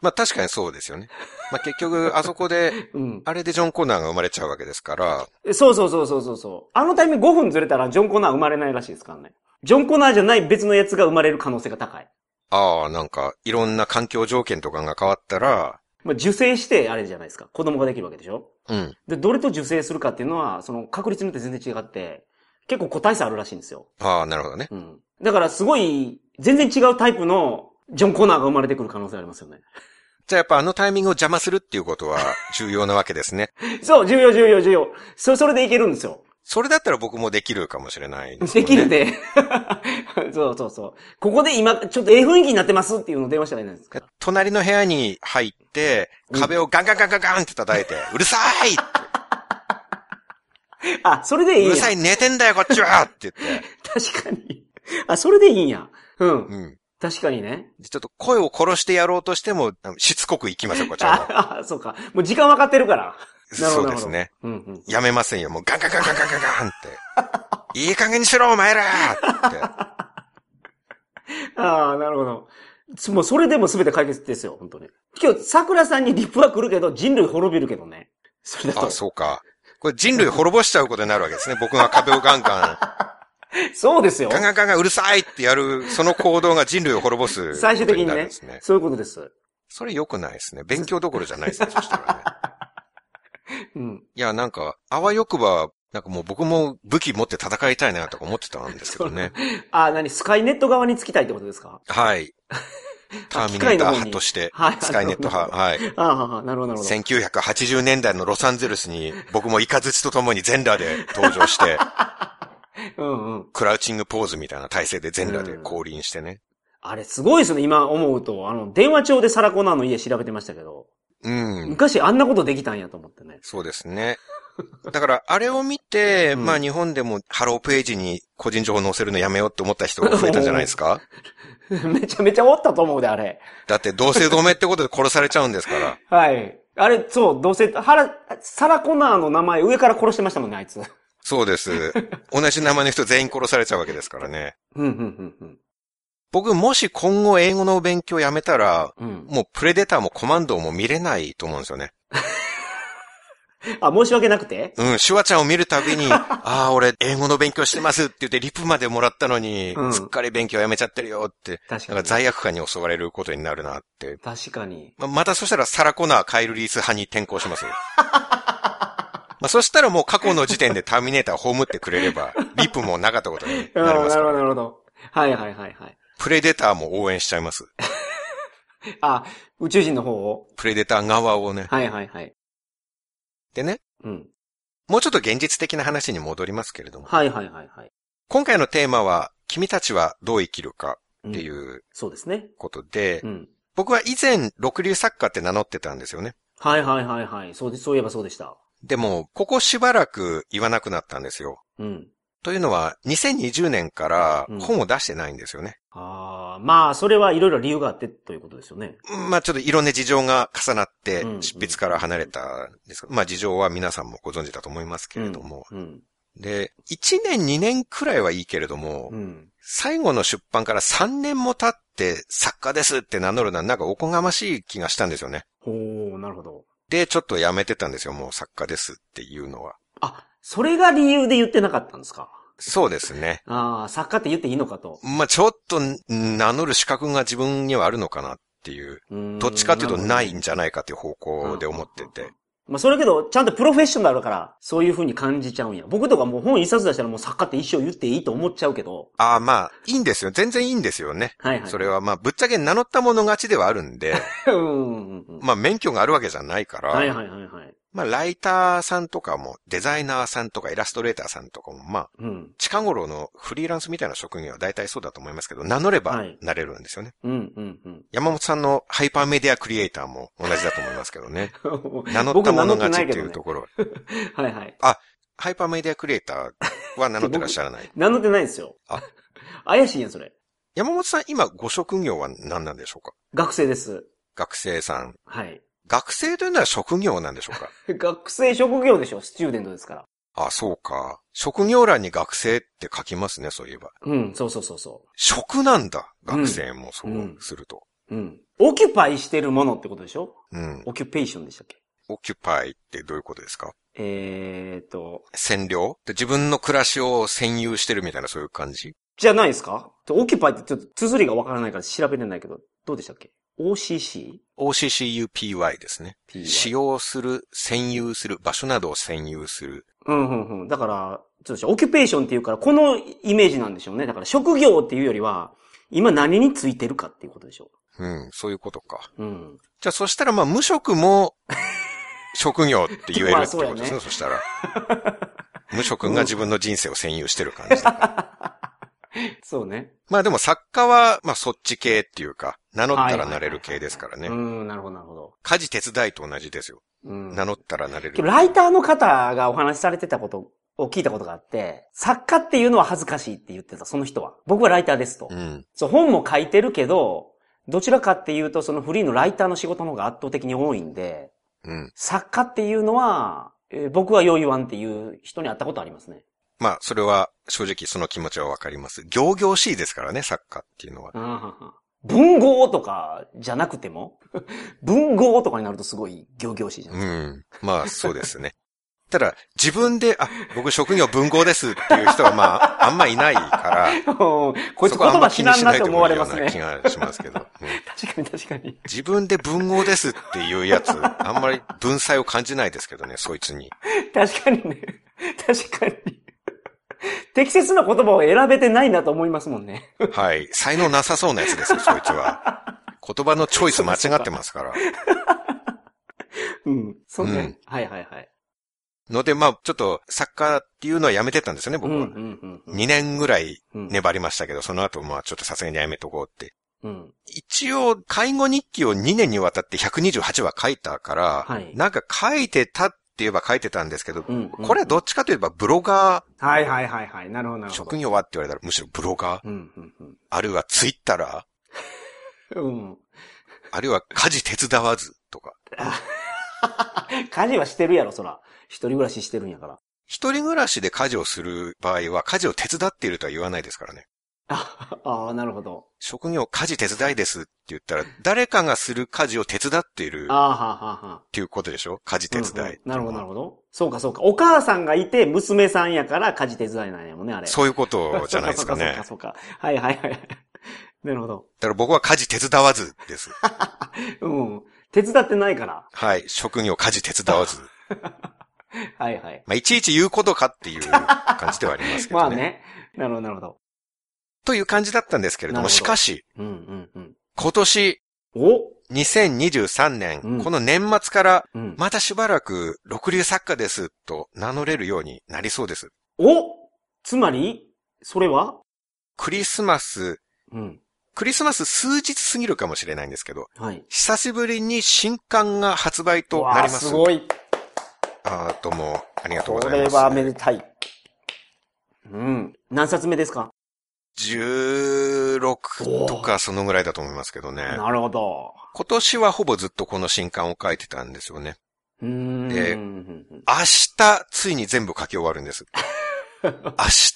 まあ確かにそうですよね。まあ結局、あそこで、
うん。
あれでジョン・コナーが生まれちゃうわけですから、
そうそうそうそうそうそう。あのタイミング5分ずれたらジョン・コナー生まれないらしいですからね。ジョン・コナーじゃない別のやつが生まれる可能性が高い。
ああ、なんか、いろんな環境条件とかが変わったら、
まあ、受精してあれじゃないですか。子供ができるわけでしょ
うん。
で、どれと受精するかっていうのは、その確率によって全然違って、結構個体差あるらしいんですよ。
ああ、なるほどね。
うん。だからすごい、全然違うタイプのジョン・コナーが生まれてくる可能性ありますよね。
じゃあやっぱあのタイミングを邪魔するっていうこと は重要なわけですね。
そう、重要重要重要。そ、それでいけるんですよ。
それだったら僕もできるかもしれないです
で
よね。
きるで。 そうそうそう。ここで今、ちょっとええ雰囲気になってますっていうのを電話したらいいんですか。
隣の部屋に入って、壁をガンガンガンガンガンって叩い て、うるさい
あ、それでいいうやん
るさい寝てんだよこっちはって言って。
確かに。あ、それでいいんや。うん。
うん。
確かにね。
ちょっと声を殺してやろうとしても、あのしつこく行きますよ、こちらも。
あ、あそうか。もう時間分かってるから。なるほ
そ
ど
うですね。
うんうん。
やめませんよ。もうガンガンガンガンガンガンガンって。いい加減にしろ、お前らって。
ああ、なるほど。つもうそれでも全て解決ですよ、本当に。今日、桜さんにリップは来るけど、人類滅びるけどね。それだと。
あ、そうか。これ人類滅ぼしちゃうことになるわけですね。僕が壁をガンガ
そうですよ
ン、ガ。ンガンガンガンうるさいってやる、その行動が人類を滅ぼす。
最終的に
ことなるん
ね
です。
そういうことです。
それ良くないですね。勉強どころじゃないですね、そしたらね。
うん。
いや、なんか、あわよくば、なんかもう僕も武器持って戦いたいなとか思ってたんですけどね。
ああ、何スカイネット側につきたいってことですか
はい。ターミネーター派として
機械の方にはい、
スカイネット派、はい。
ああ、なるほど、なるほど。
1980年代のロサンゼルスに僕もイカズチと共に全裸で登場 して、
うんうん。
クラウチングポーズみたいな体勢で全裸で降臨してね。
あれ、すごいですね、今思うと。あの、電話帳でサラコナーの家調べてましたけど。
うん。
昔あんなことできたんやと思ってね。
そうですね。だから、あれを見て、
うん
まあ日本でもハローページに個人情報載せるのやめようって思った人が増えたんじゃないです か
めちゃめちゃおったと思うで、あれ。
だって同姓同名ってことで殺されちゃうんですから。
はい。あれ、そう、どうせ、ハラ、サラコナーの名前上から殺してましたもんね、あいつ。
そうです。同じ名前の人全員殺されちゃうわけですからね。
うん、うん、うん、
僕、もし今後英語の勉強やめたら、
うん。うん。
もうプレデターもコマンドーも見れないと思うんですよね。
あ、申し訳なくて
うん、シュワちゃんを見るたび に、ああ、俺、英語の勉強してますって言って、リプまでもらったのに、
うん
すっかり勉強やめちゃってるよって、
確
なんか罪悪感に襲われることになるなって
確かに。
ま、またそしたらサラコナー、カイル・リース派に転向しますよ。まあ、そしたらもう過去の時点でターミネーター葬ってくれれば、リップもなかったことになり
うん
ますか
なるほど、
ら。
なるほど。はいはいはいはい。
プレデターも応援しちゃいます。
あ、宇宙人の方を
プレデター側をね。
はいはいはい。
でね、
うん。
もうちょっと現実的な話に戻りますけれども、
はいはいはいはい。
今回のテーマは、君たちはどう生きるか
っ。
っていううん
そうですね。
ことで、
うん。
僕は以前、六流作家って名乗ってたんですよね。
はいはいはいはい。そうで、そういえばそうでした。
でも、ここしばらく言わなくなったんですよ。
うん。
というのは、2020年から
うん
本を出してないんですよね。
ああ、まあ、それはいろいろ理由があってということですよね。
まあちょっといろんな事情が重なって
う、ん
執筆から離れたんですがまあ事情は皆さんもご存知だと思いますけれども。
うん。
で、1年2年くらいはいいけれども、
うん。
最後の出版から3年も経って作家ですって名乗るのはなんかおこがましい気がしたんですよね。
ほー、なるほど。
で、ちょっとやめてたんですよ、もう作家ですっていうのは。
あ、それが理由で言ってなかったんですか。
そうですね。
ああ、作家って言っていいのかと。
まあちょっと名乗る資格が自分にはあるのかなっていう、ど
ど
っちかっていうとないんじゃ
ない
ないかっていう方向で思ってて。。
まあそれけど、ちゃんとプロフェッショナルだから、そういう風に感じちゃうんや。僕とかもう本一冊出したらもう作家って一生言っていいと思っちゃうけど。
ああ、まあ、いいんですよ。全然いいんですよね。
はいはい。
それはまあ、ぶっちゃけ名乗ったもの勝ちではあるんで、
うんうんう ん。
まあ、免許があるわけじゃないから、
はいはいはいはい。
まあ、ライターさんとかも、デザイナーさんとか、イラストレーターさんとかも、まあ、
うん。
近頃のフリーランスみたいな職業は大体そうだと思いますけど、名乗れば
はい
なれるんですよね。
うんうんうん。
山本さんのハイパーメディアクリエイターも同じだと思いますけどね。名乗っ
僕
たもの
名乗って
勝
な
ちっ
い
て
けど
いう
ね
ところ。
はいはい。
ハイパーメディアクリエイターは名乗ってらっしゃらない。
名乗ってないですよ
あ。
怪しいやん、それ。
山本さん、今、ご職業は何なんでしょうか
学生です。
学生さん。
はい。
学生というのは職業なんでしょうか
学生職業でしょ、スチューデントですから。
あ、そうか。職業欄に学生って書きますね、そういえば。
うん、そうそうそうそ
職なんだ。学生もそ
うん
うすると。
う。うん。オキュパイしてるものってことでしょ
うん。
オキュペーションでしたっけ
オキュパイってどういうことですか
えーと、
占領で自分の暮らしを占有してるみたいなそういう感じ
じゃないですかオキュパイってちょっと綴りがわからないから調べれないけど、どうでしたっけ ?OCC?
?OCCUPY ですね。
PY
使用する、占有する、場所などを占有する。
うん、うん、うん。だから、そうでしょオキュペーションっていうから、このイメージなんでしょうね。だから職業っていうよりは、今何についてるかっていうことでしょ
うん、そういうことか。
う。うん。
じゃあそしたらまあ無職 も職業って言えるってことですね、
まあそうやね
そしたら。無職が自分の人生を占有してる感じ だから
そうね。
まあでも作家は、まあそっち系っていうか、名乗ったらなれる系ですからね
う。ん、なるほど、なるほど。
家事手伝いと同じですよ。
うん。
名乗ったらなれ
け
る。
どライターの方がお話しされてたことを聞いたことがあって、作家っていうのは恥ずかしいって言ってた、その人は。僕はライターですと。
うん。
そう、本も書いてるけど、どちらかっていうと、そのフリーのライターの仕事の方が圧倒的に多いんで、
うん。
作家っていうのは、えー僕はよう言わんっていう人に会ったことありますね。
まあそれは正直その気持ちはわかります。行々しいですからね、作家っていうのは。
文豪とかじゃなくても 文豪とかになるとすごい行々しいじゃ
う
ないですか。
ん。まあそうです ね。ただ自分で、あ、僕職業文豪ですっていう人はまああんまいないから、
こいつ
そ
言
はあん
葉
ま
知らんなって思われます
気にし
ね。
ないと思うような気がしますけど。うん
確かに確かに。
自分で文豪ですっていうやつ、あんまり文才を感じないですけどね、そいつに。
確かにね。確かに。適切な言葉を選べてないなと思いますもんね。
はい。才能なさそうなやつですよ、そいつは。言葉のチョイス間違ってますから。
うん。そんな、
うん
はいはいはい。
ので、まあ、ちょっと、作家っていうのはやめてたんですよね、
う
僕
んう
は。
んうん
2年ぐらい
うん。
粘りましたけど、その後、まあ、ちょっとさすがにやめとこうって。
うん。
一応、介護日記を2年にわたって128話書いたから、
はい
なんか書いてたって言えば書いてたんですけど、
うん。
これはどっちかといえばブロガ
うんはいはいはいはい。なるほど
ー、
なるほど。
職業はって言われたらむしろブロガー、
うんうんうん。
あるいはツイッター、
うん。
あるいは家事手伝わずとか。
家事はしてるやろ、そら。一人暮らししてるんやから。
一人暮らしで家事をする場合は、家事を手伝っているとは言わないですからね。
ああー、なるほど。
職業家事手伝いですって言ったら、誰かがする家事を手伝っている
あ
っ
あ、はあはあはあ。
ていうことでしょ家事手伝い、
うんうんなるほどなるほど。そうかそうか。お母さんがいて、娘さんやから家事手伝いなんやもんね、あれ。
そういうことじゃないですかね。
そう
だ
か
か
そうかそうか。はいはいはい。なるほど。
ら僕は家事手伝わずです。
うん。手伝ってないから。
はい。職業家事手伝わず。
はいはい。
まあ、いちいち言うことかっていう感じではありますけど
ま
ね。
あね。なるほど、なるほど。
という感じだったんですけれど
なる
も、
ほど
しかし、
うんうんうん。
今年
お
2023年、
うん
この年末から、
うん。
またしばらく、六流作家ですと名乗れるようになりそうです。
おつまり、それは
クリスマス、
うん。
クリスマス数日過ぎるかもしれないんですけど、
はい。
久しぶりに新刊が発売となります。
わあすごい。
あーどうも、ありがとうご
こ
ざい
れ
ます。
はめでたい。うん。何冊目ですか
16とかそのぐらいだと思いますけどね。
なるほど。
今年はほぼずっとこの新刊を書いてたんですよね。
うーん。
で
うんうんうん
明日、ついに全部書き終わるん です。明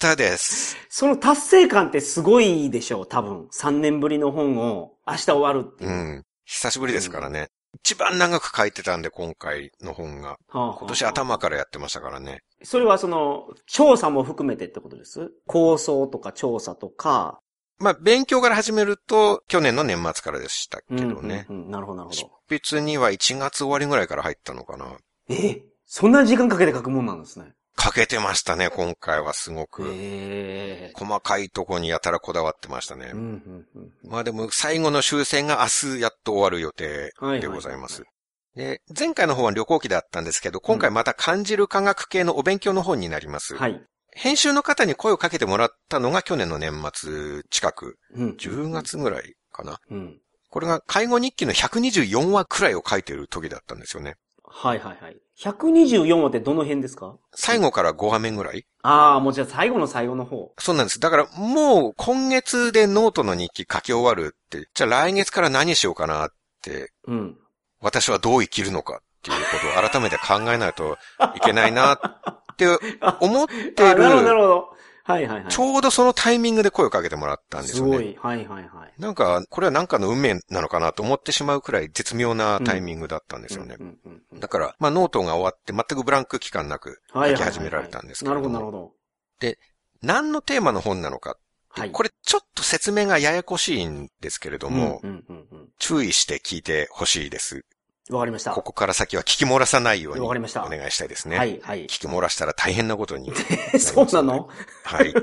日です。
その達成感ってすごいでしょう、多分。3年ぶりの本を明日終わるっていうう。
ん。久しぶりですからね。一番長く書いてたんで、今回の本が。今
今
年頭からやってましたからね。
それはその、調査も含めてってことです構想とか調査とか。
まあ、勉強から始めると、去年の年末からでしたけどね。
うんうんうんなるほど、なるほ
執
ど。
筆には1月終わりぐらいから入ったのかな。
えそんな時間かけて書くもんなんですね。
かけてましたね、今回はすごく。
ええ
細かいとこにやたらこだわってましたね
うん。うんうんうん
まあでも、最後の終戦が明日やっと終わる予定
はいはい
でございます。で、前回の方は旅行記だったんですけど、今回また感じる科学系のお勉強の本になります。
はい。
編集の方に声をかけてもらったのが去年の年末近く、
うん
10。月ぐらいかな。
うん。
これが介護日記の124話くらいを書いてる時だったんですよね。
はいはいはい。124話ってどの辺ですか
最後から5話目ぐらい
ああ、もうじゃあ最後の最後の方。
そうなんです。だからもう今月でノートの日記書き終わるって、じゃあ来月から何しようかなって、
うん。、
私はどう生きるのかっていうことを改めて考えないといけないなって思ってる
あなるほど、なるほど。はいはいはい。
ちょうどそのタイミングで声をかけてもらったんです
す
よね。
ごい。はいはいはい。
なんか、これはなんかの運命なのかなと思ってしまうくらい絶妙なタイミングだったんですよね。
うんうんうん
だから、まあノートが終わって全くブランク期間なく
はい
書き
はいはい
始められたんですけ
な
れど
るほ
も、
ど、なるほど。
何のテーマの本なのか、
はい。
これちょっと説明がややこしいんですけれども、
うんうんうん
注意して聞いてほしいです。
うん。わかりました。
ここから先は聞き漏らさないように
わ
お
かりました。
願いしたいですね。
はい はい。
聞き漏らしたら大変な ことに。
え、そうなの
はい。
ち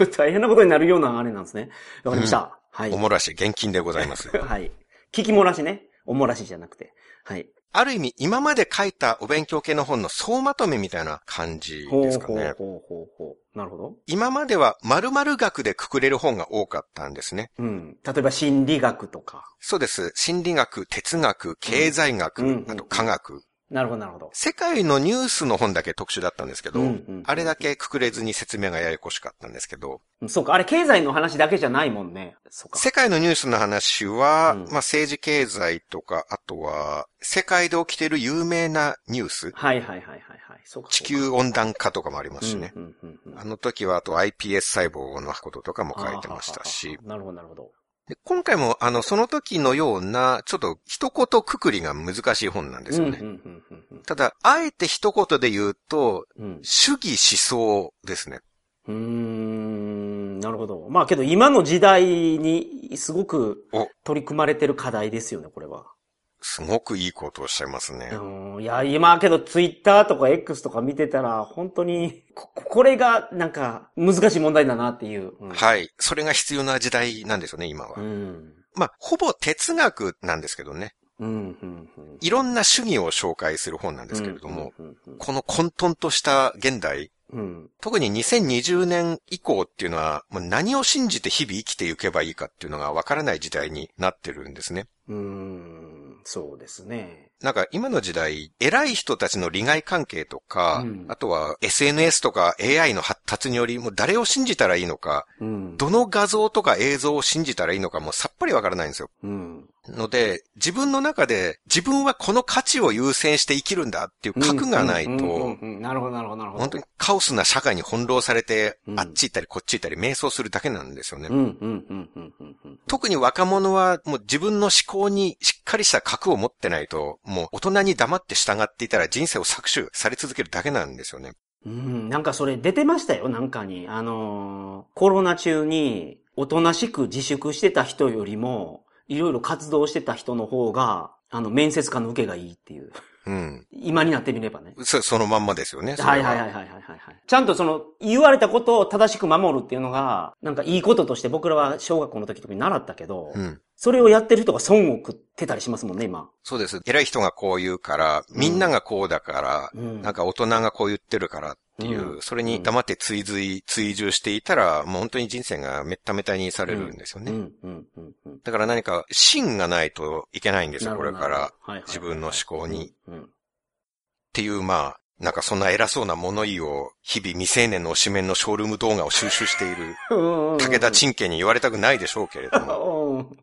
ょっと大変なことになるようなあれなんですね。わかりました。はい
お。もらし現金でございます。
はい。聞き漏らしね。おもらしじゃなくて。はい。
ある意味、今まで書いたお勉強系の本の総まとめみたいな感じ
ほう
ですか
ほう
ね。
ほうほうほう。なるほど。
今までは〇〇学でくくれる本が多かったんですね。
うん。例えば心理学とか。
そうです。心理学、哲学、経済学、
うんうん
あと科学、
なるほど、なるほど。
世界のニュースの本だけ特殊だったんですけど、
うんうん
あれだけくくれずに説明がややこしかったんですけど、
そうか。あれ、経済の話だけじゃないもんね。そうか。
世界のニュースの話は、
うん
まあ政治経済とか、あとは世界で起きている有名なニュース、
はいはいはいはいはい。そうか。
地球温暖化とかもありますしね。
うんうんうんうん
あの時はあと iPS 細胞のこととかも書いてました
あーは
し
は、ははなるほど、なるほど。
で今回もあのその時のようなちょっと一言くくりが難しい本なんですよね。
うんうんうんうん
ただ、あえて一言で言うと、
うん。
主義思想ですね。
うーん、なるほど。まあけど今の時代にすごく
お
取り組まれてる課題ですよね、これは。
すごくいいことをおっしゃいますね。
うんいや、今けどツイッターとか X とか見てたら、本当に、こ、これがなんか難しい問題だなっていう。うん
はい。それが必要な時代なんですよね、今は。
うん。
まあ、ほぼ哲学なんですけどね。
うん、うん、うん。
いろんな主義を紹介する本なんですけれども、
うん。うん
この混沌とした現代、
うん。
特に2020年以降っていうのは、もう何を信じて日々生きていけばいいかっていうのがわからない時代になってるんですね。
うん、そうですね。
なんか今の時代、偉い人たちの利害関係とか、
うん
あとは SNS とか AI の発達により、もう誰を信じたらいいのか、
うん。
どの画像とか映像を信じたらいいのかもうさっぱりわからないんですよ。
うん。
ので、自分の中で自分はこの価値を優先して生きるんだっていう核がない
うんうん
と、
うんうんなるほど、なるほど、なるほど。
本当にカオスな社会に翻弄されて
う、ん
あっち行ったりこっち行ったり迷走するだけなんですよね
う。ん、うん、うん、うん、うんうん。
特に若者はもう自分の思考にしっかりした核を持ってないと、もう大人に黙って従っていたら人生を搾取され続けるだけなんですよね。
うん、なんかそれ出てましたよ、なんかに。あのーコロナ中に、おとなしく自粛してた人よりも、いろいろ活動してた人の方が、あの、面接官の受けがいいっていう。
うん。
今になってみればね。
そ、そのまんまですよね。それ
はいはいはいはいはいはいはい。ちゃんとその、言われたことを正しく守るっていうのが、なんかいいこととして僕らは小学校の時とかに習ったけど、
うん。
それをやってる人が損を食ってたりしますもんね、今。
そうです。偉い人がこう言うから、みんながこうだから、
うん。
なんか大人がこう言ってるからっていう、
うん
それに黙って追随、追従していたら、もう本当に人生がめっためたにされるんですよね。
うん、うん、うん、うん。
だから何か芯がないといけないんです
な
よ、
る
こ
ほど
れから。、
はいはいはい
自分の思考に。
うん。うん
っていう、まあ、なんかそんな偉そうな物言いを、日々未成年の推しメンのショールーム動画を収集している、武田
ん。
陳家に言われたくないでしょうけれども。
うん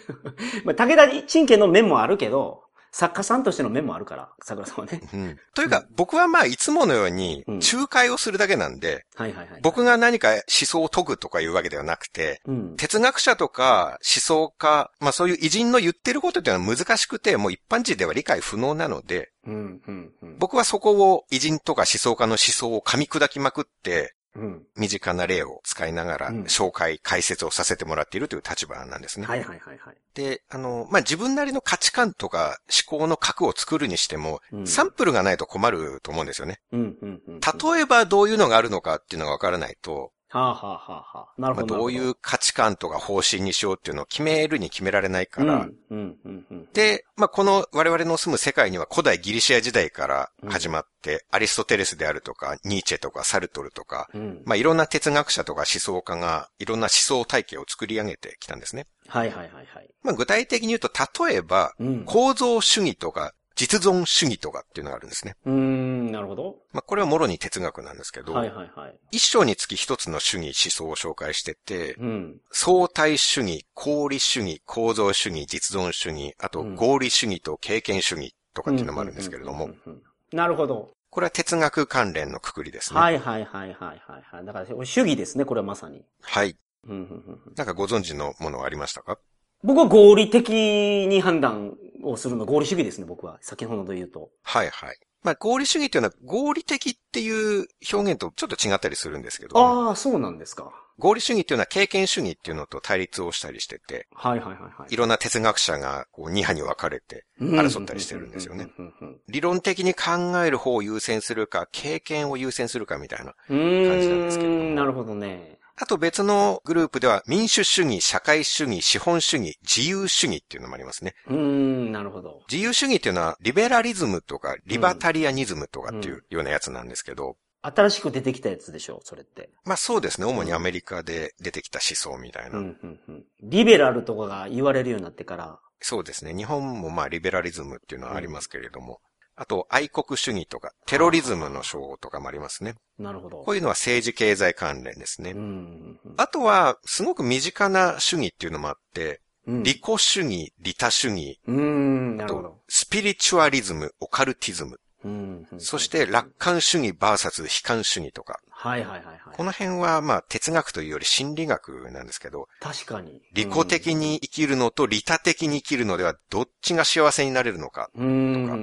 まあ、武田陳家の面もあるけど、作家さんとしての面もあるから、桜さんはね。
うんというか、僕はまあ、いつものように
うん、
仲介をするだけなんで、
はいはいはい。
僕が何か思想を解くとかいうわけではなくて、
うん。
哲学者とか思想家、まあそういう偉人の言ってることっていうのは難しくて、もう一般人では理解不能なので、
うん、うん、うん。
僕はそこを偉人とか思想家の思想を噛み砕きまくって、
うん。
身近な例を使いながら
うん
紹介、解説をさせてもらっているという立場なんですね。
はいはいはいはい。
で、あの、まあ、自分なりの価値観とか思考の核を作るにしても、
うん
サンプルがないと困ると思うんですよね。
うん、うん、うん。
例えばどういうのがあるのかっていうのがわからないと、
はあ、はあはあはあ、なる
まあ、
ほど。
どういう価値観とか方針にしようっていうのを決めるに決められないか
な
ら、
るほど、うん、うん、うんうん。
で、まあ、この我々の住む世界には古代ギリシア時代から始まって、アリストテレスであるとか、ニーチェとかサルトルとか、
うん。
まあ、いろんな哲学者とか思想家がいろんな思想体系を作り上げてきたんですね。
はいはいはいはい。
まあ、具体的に言うと、例えば、
うん。
構造主義とか、実存主義とかっていうのがあるんですね。
うーん、なるほど。
まあ、これはもろに哲学なんですけど、
はいはいはい。
一章につき一つの主義思想を紹介してて、
うん。
相対主義、功利主義、構造主義、実存主義、あと
うん
合理主義と経験主義とかっていうのもあるんですけれど
うん
も
う、んうんうん。なるほど。
これは哲学関連のくくりですね。。
はいいはいはいはいはいはい。だから、主義ですね、これはまさに。
はい。
うんうんうんうん
なんかご存知のものはありましたか
僕は合理的に判断をするの、合理主義ですね、僕は。先ほど言うと。
はいはい。まあ合理主義というのは合理的っていう表現とちょっと違ったりするんですけど、
ああ、そうなんですか。
合理主義っていうのは経験主義っていうのと対立をしたりしてて、
はいはいはいはい
い。ろんな哲学者がこう2派に分かれて、争ったりしてるんですよね
うんうん
理論的に考える方を優先するか、経験を優先するかみたいな
うんうんうん。うーん
感じなんですけれども
なるほどね。
あと別のグループでは民主主義、社会主義、資本主義、自由主義っていうのもありますね。
うーん、なるほど。
自由主義っていうのはリベラリズムとかリバタリアニズムとかっていううようなやつなんですけど、
新しく出てきたやつでしょ、それって。
まあそうですね、主にアメリカで出てきた思想みたいうな。
んうんうん。リベラルとかが言われるようになってから。
そうですね、日本もまあリベラリズムっていうのはありますけれども、あと愛国主義とかテロリズムの称号とかもありますね。
なるほど。
こういうのは政治経済関連ですね
う。んうんうん。
あとは、すごく身近な主義っていうのもあって、
うん
利己主義、利他主義、
うーん、なるほ
と
ど。、
スピリチュアリズム、オカルティズム、
うんうんうん
そして楽観主義 VS 悲観主義とか、
はいはいはいはい。
この辺はまあ哲学というより心理学なんですけど、
確かに。
利己的に生きるのと利他的に生きるのではどっちが幸せになれるのか、
うん。うんうんうんうんう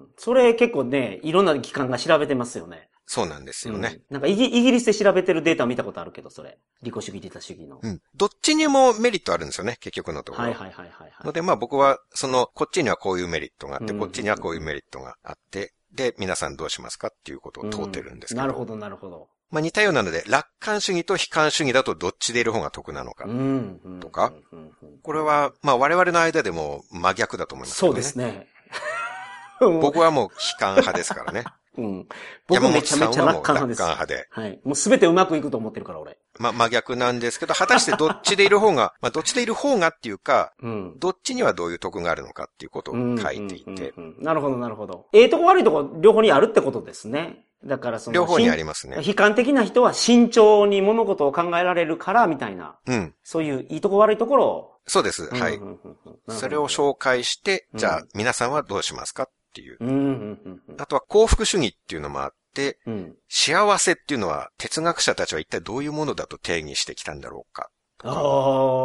んそれ結構ね、いろんな機関が調べてますよね。
そうなんですよね。
うんなんかイギイギリスで調べてるデータ見たことあるけど、それ。利己主義、利他主義の。
うん。どっちにもメリットあるんですよね、結局のところ。
はいはいはいはいは
の
い。
でまあ僕は、その、こっちにはこういうメリットがあって、
うん
こっちにはこういうメリットがあって、で、皆さんどうしますかっていうことを問うてるんですけど。
なるほどなるほど。
まあ似たようなので、楽観主義と悲観主義だとどっちでいる方が得なのか
う。んうん。
とか
うんうんうん
これは、まあ我々の間でも真逆だと思いますけ
そ
ど
う
ね。
ですね。
僕はもう悲観派ですからね。
うん。 僕
山
め
本
ちゃ
さん
めちゃ
はも
楽
う楽
観
観
派です。
派で。
はい。もうすべてうまくいくと思ってるから、俺。
まあ真逆なんですけど、果たしてどっちでいる方が、まあどっちでいる方がっていうか、
うん。
どっちにはどういう得があるのかっていうことを書いていて、
うんうんうんなるほど、なるほど。ええとこ悪いとこ両方にあるってことですね。だからその、
両方にあ
り
りますね。
悲観的な人は慎重に物事を考えられるから、みたいな。
うん。
そういういいとこ悪いところを。
そうです。は
う
い
ん。うんうんうんなるほど
それを紹介して、
うん
じゃあ皆さんはどうしますかっていう。
うんうんうんうん
あとは幸福主義っていうのもあって、
うん。
幸せっていうのは哲学者たちは一体どういうものだと定義してきたんだろうか。
あ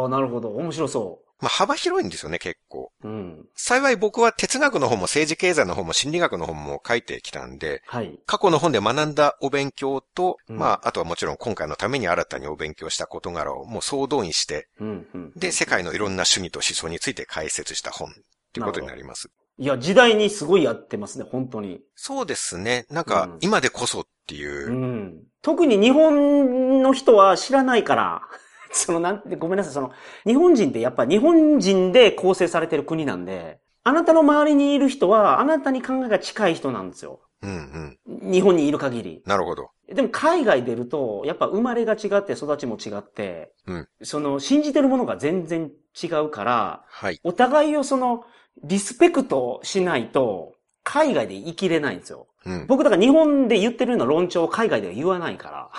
あ、なるほど。面白そ
まあ幅広いんですよね、結構。
う。うん。
幸い僕は哲学の方も政治経済の方も心理学の方も書いてきたんで、
はい。
過去の本で学んだお勉強と、
うん
まあ、あとはもちろん今回のために新たにお勉強した事柄をもう総動員して、
うんうん。
で、世界のいろんな趣味と思想について解説した本っていうことになります。
いや、時代にすごいやってますね、本当に。
そうですね。なん
う
か
ん、
今でこそっていうう。
ん。特に日本の人は知らないから、 そのなんて、ごめんなさい、その、日本人ってやっぱ日本人で構成されてる国なんで、あなたの周りにいる人は、あなたに考えが近い人なんですよ。
うんうん。
日本にいる限り。
なるほど。
でも海外出ると、やっぱ生まれが違って育ちも違って、
うん
その信じてるものが全然違うから、
はい。
お互いをそのリスペクトしないと、海外で生きれないんですよ。
うん。
僕だから日本で言ってるような論調を海外では言わないから、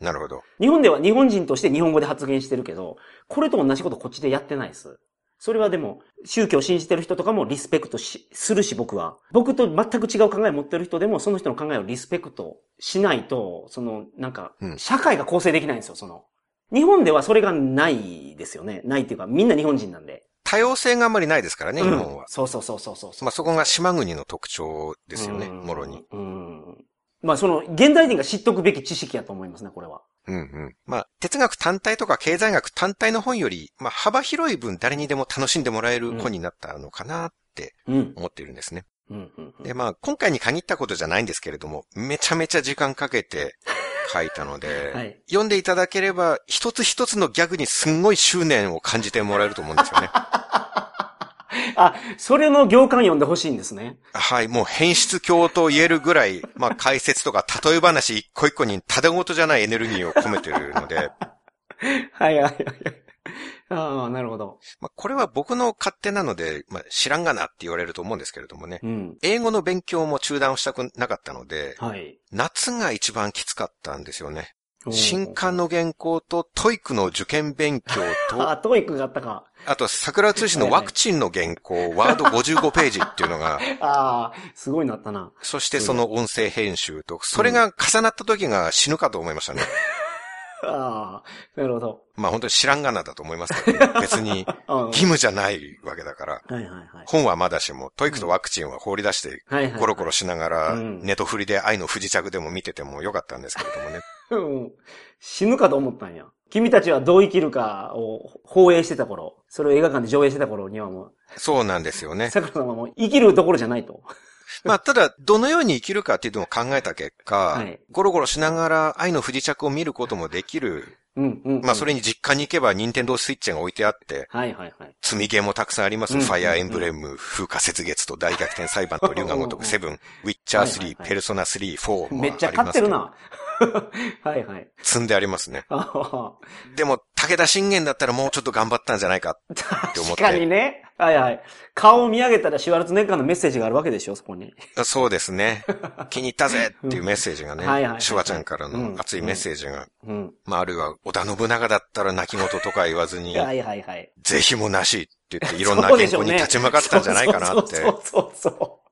なるほど。
日本では日本人として日本語で発言してるけど、これと同じことこっちでやってないです。それはでも、宗教を信じてる人とかもリスペクトし、するし僕は。僕と全く違う考え持ってる人でも、その人の考えをリスペクトしないと、その、なんか
う、ん
社会が構成できないんですよ、その。日本ではそれがないですよね。ないっていうか、みんな日本人なんで。
多様性があんまりないですからね、日本
うん
は。
そうそうそうそうそう。
まあそこが島国の特徴ですよね、
うん
もろに。。
うん。まあその、現代人が知っとくべき知識やと思いますね、これは。
うんうん。まあ、哲学単体とか経済学単体の本より、まあ幅広い分誰にでも楽しんでもらえる本になったのかなって
うん。
思っているんですね。
うん。うんうん
で、まあ今回に限ったことじゃないんですけれども、めちゃめちゃ時間かけて書いたので、
はい。
読んでいただければ、一つ一つのギャグにすんごい執念を感じてもらえると思うんです よね。
あ、それの行間読んでほしいんですね。
はい、もう変質狂と言えるぐらい、まあ解説とか例え話一個一個にただごとじゃないエネルギーを込めてるの で、
はいはいはいはい。ああ、なるほど。
まあこれは僕の勝手なので、まあ知らんがなって言われると思うんですけれどもね。
うん。
英語の勉強も中断したくなかったので、
はい。
夏が一番きつかったんですよね。
おー
新刊の原稿とトイックの受験勉強と、
あ、トイックがあったか。
あと桜通信のワクチンの原稿、ワード55ページっていうのが、
ああ、すごいなったな。
そしてその音声編集と、それが重なった時が死ぬかと思いましたね。
ああ、なるほど。
まあ本当に知らんがなだと思いますけど、別 に
あ
義務じゃないわけだから、
はいはいはい。
本はまだしも、トイックとワクチンは放り出して、
はいはい。
コロコロしながら、
うん
ネトフリで愛の不時着でも見ててもよかったんですけれどもね。
うん死ぬかと思ったんや。君たちはどう生きるかを放映してた頃、それを映画館で上映してた頃にはも
そうなんですよ
う、
ね。
さくらさんはもう生きるところじゃないと。
まあただ、どのように生きるかっていうのを考えた結果、
はい
ゴロゴロしながら愛の不時着を見ることもできる。
うんうん、うん。
まあそれに実家に行けば任天堂スイッチが置いてあって、
はいはいはい。
積みゲーもたくさんあります。
うん
ファイアーエンブレム、風化雪月と大逆転裁判と竜 が如くセブン、ウィッチャー3、
はいはいはい
ペルソナ3、4もあり
めっ
ます
ちゃ買ってる。な。 はいはい。
積んでありますね。
あは
でも、武田信玄だったらもうちょっと頑張ったんじゃ ないかって思っ
確かに
て。
ね。はいはい。顔を見上げたらシュワルツェネッガーのメッセージがあるわけでしょ、そこに。
そうですね。気に入ったぜっていうメッセージがね、
はいはいはいはい
シュワちゃんからの熱いメッセージが、
うん。
まああるいは織田信長だったら泣き言とか言わずに、
はいはいはい。
ぜひもなしって 言っていろんな原稿に立ち向かったんじゃないかなって
そうそうそうそう。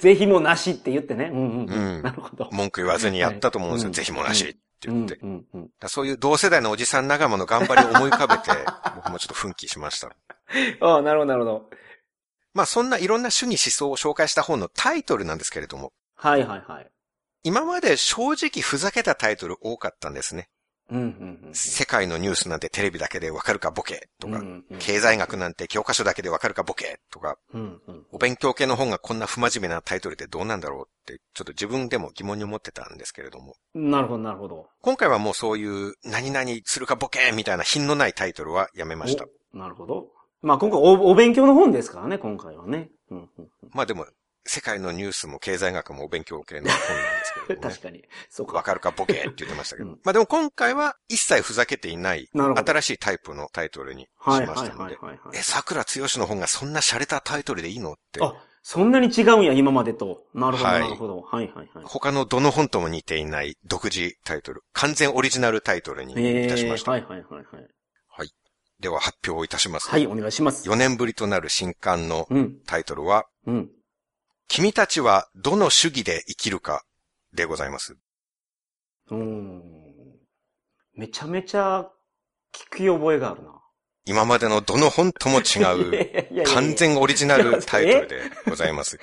ぜひもなしって言ってね。うんうん。
うん
なるほど。
文句言わずにやったと思うんです
は
よ。
い
ぜひもなしって言って。
うんうんうん。
だからそういう同世代のおじさん仲間の頑張りを思い浮かべて、 僕もちょっと奮起しました。
ああ、なるほどなるほど。
まあそんないろんな主義思想を紹介した本のタイトルなんですけれども、
はいはいはい。
今まで正直ふざけたタイトル多かったんですね。
うんうんうん。
世界のニュースなんてテレビだけでわかるかボケとか
う、んうん
経済学なんて教科書だけでわかるかボケとか、
うんうん。
お勉強系の本がこんな不真面目なタイトルでどうなんだろうって、ちょっと自分でも疑問に思ってたんですけれども、
なるほどなるほど。
今回はもうそういう何々するかボケみたいな品のないタイトルはやめました。
おなるほど。まあ今回おお勉強の本ですからね、今回はね。うんうん
まあでも、世界のニュースも経済学もお勉強系の本なんですけれどもね
確。かに。そうか
わ。かるかボケって言ってましたけど。
うん
まあでも今回は一切ふざけていない、
なるほど
新しいタイプのタイトルにしま
はい
し
はい
たの
はい
で。
はいはい
え、。桜剛の本がそんな洒落たタイトルでいいのって。
あ、そんなに違うんや、今までと。なるほど、
はい
なるほど。はいはいはい。
他のどの本とも似ていない独自タイトル、完全オリジナルタイトルに
え
いたしまし
ー、
た。
はいはいはいはい。
では発表いたします。
はい、お願いします。
4年ぶりとなる新刊の
うん、
タイトルは、
うん。
君たちはどの主義で生きるかでございます。
うーん。めちゃめちゃ聞き覚えがあるな。
今までのどの本とも違 う
う
完。全オリジナルタイトルでございます。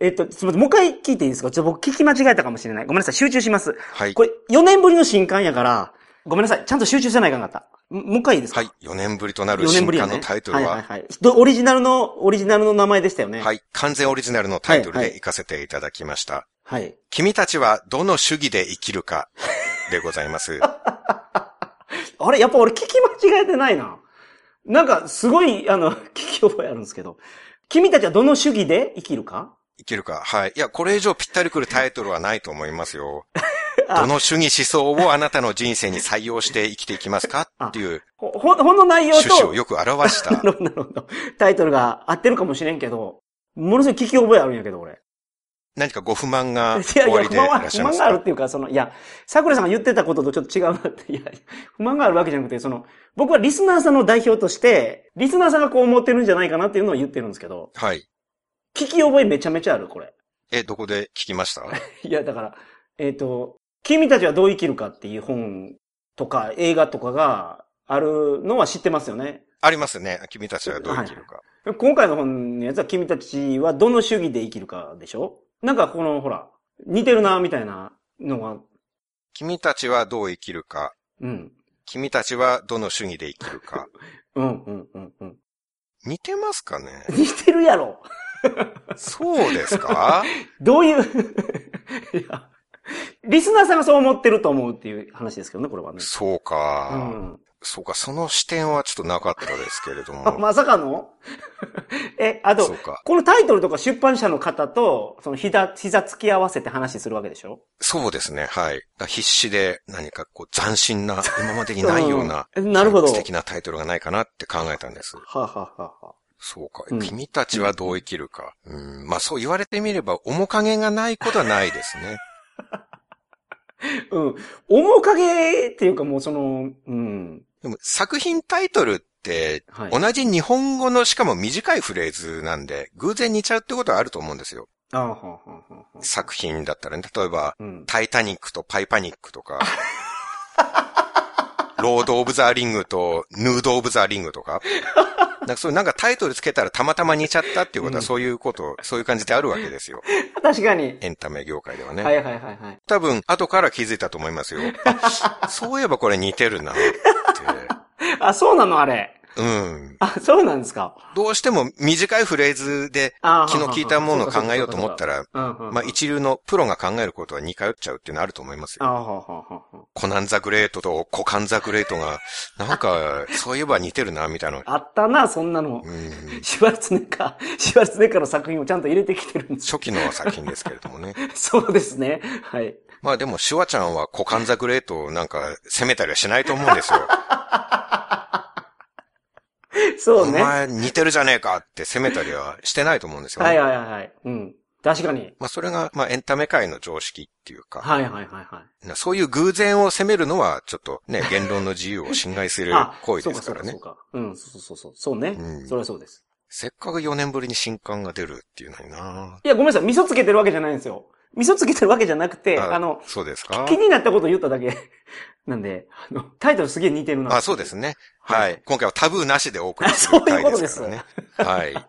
えっと、すみません、もう一回聞いていいですかちょっと僕聞き間違えたかもしれない。ごめんなさい、集中します。
はい。
これ、4年ぶりの新刊やから、ごめんなさい。ちゃんと集中せないかんかった。ももう一回いいですか
はい。4年ぶりとなる
4年
新
ぶりや
刊
ね。
のタイトル
はいはい
は、
はい。どオリジナルの、オリジナルの名前でしたよね。。
はいい。完全オリジナルのタイトル
はい
で
はい
行かせていただきました。
はい。
君たちはどの主義で生きるかでござい ます。
あれやっぱ俺聞き間違えてないな。なんか、すごい、あの、 聞き覚えあるんですけど。君たちはどの主義で生きるか
生きるか。はい。いや、これ以上ぴったりくるタイトルはないと思いますよ。
あ
どの主義思想をあなたの人生に採用して生きていきますかっていう
ほ、ほほんの内容と、
趣旨をよく表し た
な。るほど、なるほど。タイトルが合ってるかもしれんけど、ものすごい聞き覚えあるんやけど、俺。
何かご不満が
いやい
終わ
や、
り
不
でい
満
ら
は、
っし
不
ゃいま
満
す
がある
か
っていうか、その、いや、桜井さんが言ってたこととちょっと違うなって、いや、不満があるわけじゃなくて、その、僕はリスナーさんの代表として、リスナーさんがこう思ってるんじゃないかなっていうのを言ってるんですけど、
はい。
聞き覚えめちゃめちゃある、これ。
え、どこで聞きました
いや、だから、えっ、と、君たちはどう生きるかっていう本とか映画とかがあるのは知ってますよね。
ありますね。君たちはどう生きるか。
今回の本のやつは君たちはどの主義で生きるかでしょなんかこの、ほら、似てるな、みたいなのが、
君たちはどう生きるか。
うん。
君たちはどの主義で生きる か。
うん、うん、うん、うん。
似てますかね
似てるやろ
そうですか
どういう いや、リスナーさんがそう思ってると思うっていう話ですけどね、これはね。
そう
う
か、
ん。
そうか。その視点はちょっとなかったですけれど
あ
も。
まさかの え、あ
そ
と
う、か。
このタイトルとか出版社の方と、その膝、膝つき合わせて話するわけでしょ
そうですね。はい。だから必死で何かこう斬新 な、今までにないような、
うんなるほど。
素敵なタイトルがないかなって考えたんです。
はあ、はあはあはあ、
そうか。
うん
君たちはどう生きるか。うん、まあそう言われてみれば面影がないことはないですね。
うん。面影っていうかもうその、うん。
でも作品タイトルって、
はい。
同じ日本語のしかも短いフレーズなんで、偶然似ちゃうってことはあると思うんですよ。
あはあはあはあはあ
作品だったらね。例えば、
うん。
タイタニックとパイパニックと か、ロード・オブ・ザ・リングとヌード・オブ・ザ・リングとか。なんかそういうなんかタイトルつけたらたまたま似ちゃったっていうこと
うん
はそういうこと、そういう感じであるわけ ですよ。
確かに。
エンタメ業界ではね。
はいはいはいはい。
多分、後から気づいたと思います よ。あそういえばこれ似てるなって。
あ、そうなのあれ。
うん。
あ、そうなんですか。
どうしても短いフレーズで
あ
気の利いたものを考えようと思った
ら。
ら、
うんうんうん。
まあ一流のプロが考えることは似通っちゃうっていうのはあると思いますよ。
あはあはあはあは
コナンザグレートとコカンザグレートが、なんか、そういえば似てるな、みたいな。
ああったな、そんなの
う。ん
シュワルツェネッカー、シュワルツェネッカーの作品をちゃんと入れてきてるんです。
初期の作品ですけれど もね。
そうですね。はい。
まあでも、シュワちゃんはコカンザグレートをなんか責めたりはしないと思うん ですよ。
そ
お
うね。は
前似てるじゃねえかって責めたりはしてないと思うんです
い
よね
はい。はいはい。うん。確かに。
まあそれが、まあエンタメ界の常識っていうか、
はいはいはいはい。
なそういう偶然を責めるのは、ちょっとね、言論の自由を侵害する
あ、
行為ですからね
そう。か、そうか、そうか。うん、そうそうそう。そうね。
うん
それはそうです。
せっかく4年ぶりに新刊が出るっていうのにない
や、ごめんなさい。味噌つけてるわけじゃないんですよ。味噌つけてるわけじゃなくて、あ
あ
の、
そうですか
気になったことを言っただけ なんで、あの、タイトルすげえ似てるな。
あ、そうですね。
は
はいい。今回はタブーなしでお送りす
そうい
る
う
回
こ
で
とですす
からね。はい。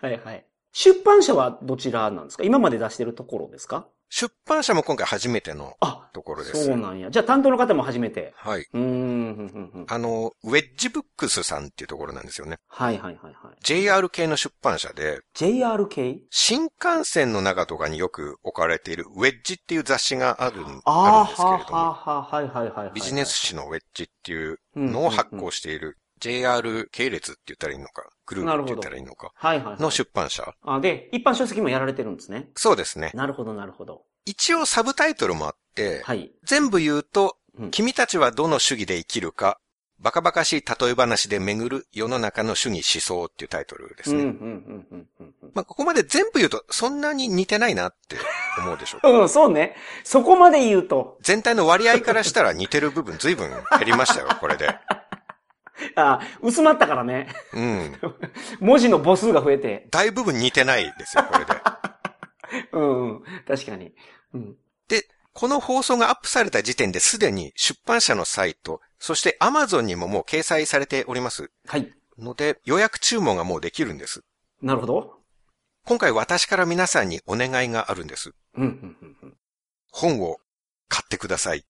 はいはい。出版社はどちらなんですか今まで出してるところですか
出版社も今回初めての
あ、
ところです。
そうなんや。じゃあ担当の方も初めて。
はい。
うーん、ふんふんふん
あの、ウェッジブックスさんっていうところなんですよね。
はいはいはいはい。
JR 系の出版社で、
JRK?
新幹線の中とかによく置かれているウェッジっていう雑誌があるんあ
あ
るんです
あ、
け
は
れど
あ
も、
はあはあ、はいはいはいはいはい。
ビジネス誌のウェッジっていうの
の
を発行している JR 系列って言ったらいいのか、グループって言ったらいいのか、
はいはいはい。
の出版社。
あ、で、一般書籍もやられてるんですね。
そうですね。
なるほどなるほど。
一応サブタイトルもあって、
はい。
全部言うと
うん、
君たちはどの主義で生きるか、バカバカしい例え話で巡る世の中の主義思想っていうタイトルです
うん、う
ね。
ん、うん、うん、うん。
まあ、ここまで全部言うと、そんなに似てないなって思うでしょうか。
うん、そうね。そこまで言うと。
全体の割合からしたら似てる部分随分減りましたよ、これで。
あ薄まったからね。
うん。
文字の母数が増えて。
大部分似てないですよ、これで。
うん、うん。確かに。うん。
で、この放送がアップされた時点ですでに出版社のサイト、そして Amazon にももう掲載されております
はい。
ので、予約注文がもうできるんです。
なるほど。
今回私から皆さんにお願いがあるんです。
うん、うん、うんうん。
本を買ってください。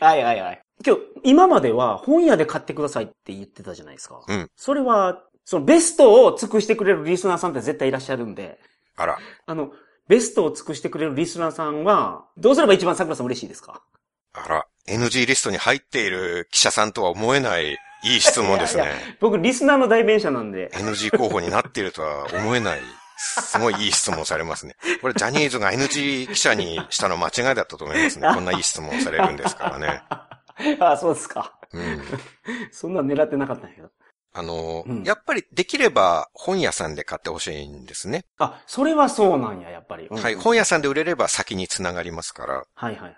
はいはいはい。今日、今までは本屋で買ってくださいって言ってたじゃないですか。
うん
それは、そのベストを尽くしてくれるリスナーさんって絶対いらっしゃるんで、
あら。
あの、ベストを尽くしてくれるリスナーさんは、どうすれば一番桜さん嬉しいですか
あら、NG リストに入っている記者さんとは思えない、いい質問ですね。
いや僕、リスナーの代弁者なんで。
NG 候補になっているとは思えない、すごいいい質問されますね。これ、ジャニーズが NG 記者にしたの間違いだったと思いますね。こんないい質問されるんですからね。
あ、そうですか。
うん。
そんなん狙ってなかったんやけど。
あの、
うん
やっぱりできれば本屋さんで買ってほしいんですね。
あ、それはそうなんや、やっぱり。うん
はい。
はい
本屋さんで売れれば先につながりますから。
はいはい。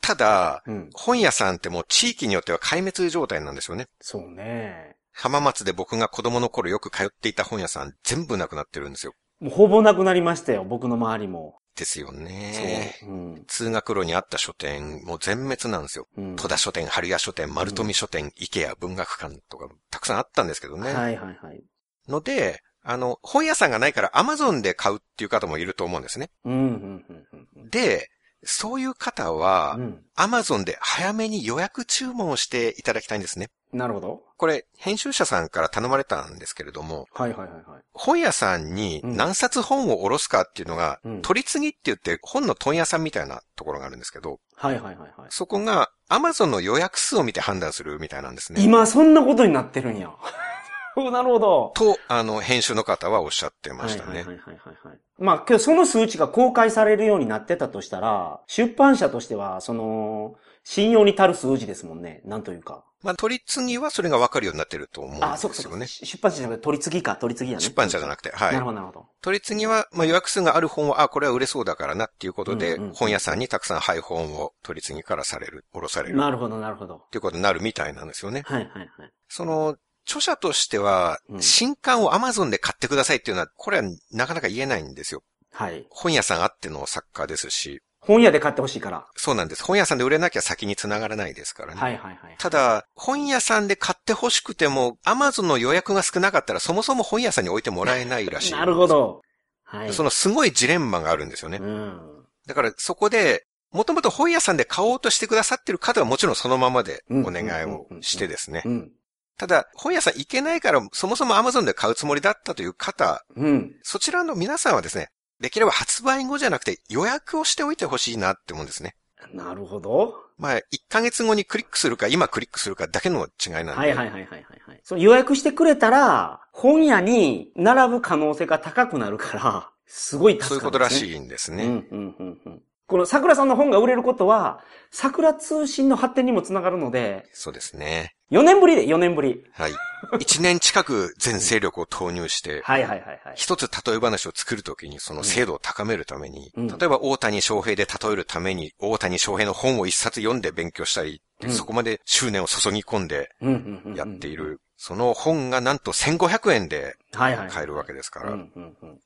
ただ、
うん。
本屋さんってもう地域によっては壊滅状態なんですよね。
そうね。
浜松で僕が子供の頃よく通っていた本屋さん全部なくなってるんですよ。
もうほぼなくなりましたよ、僕の周りも。
ですよね。
そう。うん。
通学路にあった書店、もう全滅なんですよ。
うん。
戸田書店、春屋書店、丸富書店、池谷文学館とかたくさんあったんですけどね。
はいはいはい。
ので、あの、本屋さんがないからアマゾンで買うっていう方もいると思うんですね。
うん、うん、うんうん
で、そういう方
う
は
ん。う、ん。
アマゾンで早めに予約注文をしていただきたいんですね。
なるほど。
これ、編集者さんから頼まれたんですけれども、
はいはいはいはい。
本屋さんに何冊本をおろすかっていうのが、
うん。
取り次ぎって言って本の問屋さんみたいなところがあるんですけど、
はいはいはいは
そこが Amazon の予約数を見て判断するみたいなんです
い。
ね。
今そんなことになってるんや。 おなるほど。
と、あの、編集の方はおっしゃってました
はい
ね
は。いはいはいはい、はい。まあ、今日その数値が公開されるようになってたとしたら、出版社としては、その、信用に足る数字ですもんね。なんというか。
まあ、取り次ぎはそれがわかるようになってると思うん
あ、そう
です
かそう
よ
か。
ね。
し出版社じゃなくて取り次ぎか、取り次ぎやね。
出版社じゃな
く
くて、
て
は
なる
い。
ほどなるほど。
取り次ぎは、まあ、予約数がある本は、あ、これは売れそうだからなっていうことで、
うんうん
本屋さんにたくさん配本を取り次ぎからされる、おろされるっ
なるほどなるほど。
ていうことになるみたいなんですよね。
はいはいはい。
その、著者としては
う、ん
新刊を Amazon で買ってくださいっていうのは、これはなかなか言えないんですよ。
はい。
本屋さんあっての作家ですし、
本屋で買ってほしいから。
そうなんです。本屋さんで売れなきゃ先に繋がらないですからね。
はいはいはい。
ただ、本屋さんで買って欲しくても、Amazon の予約が少なかったら、そもそも本屋さんに置いてもらえないらしい。
なるほ。ど。はい。
そのすごいジレンマがあるんですよね
う。ん。
だからそこで、もともと本屋さんで買おうとしてくださってる方はもちろんそのままでお願いをしてですね
う。ん。
ただ、本屋さん行けないから、そもそも Amazon で買うつもりだったという方、
うん。
そちらの皆さんはですね、できれば発売後じゃなくて予約をしておいてほしいなって思うんですね。
なるほど。
まあ、1ヶ月後にクリックするか、今クリックするかだけの違いなんで。
はいはいはいはいはいはい。その予約してくれたら、本屋に並ぶ可能性が高くなるから、すごい
そうい
助
う
か
こ
る
と
んで
ら
す、ね。
しいんです
う
ね。
んうんうんうん。この桜さんの本が売れることは、桜通信の発展にもつながるので、
そうですね。
4年ぶりで4年ぶり。
はい。1年近く全勢力を投入して、
はいはいはいはい。
一つ例え話を作るときにその精度を高めるために、
うん
例えば大谷翔平で例えるために、大谷翔平の本を一冊読んで勉強したり、
うん
そこまで執念を注ぎ込んで
うんうんうんうん
やってい。る、その本がなんと1500円で
はいはい。
買えるわけですか
う
ら、
んうんうん。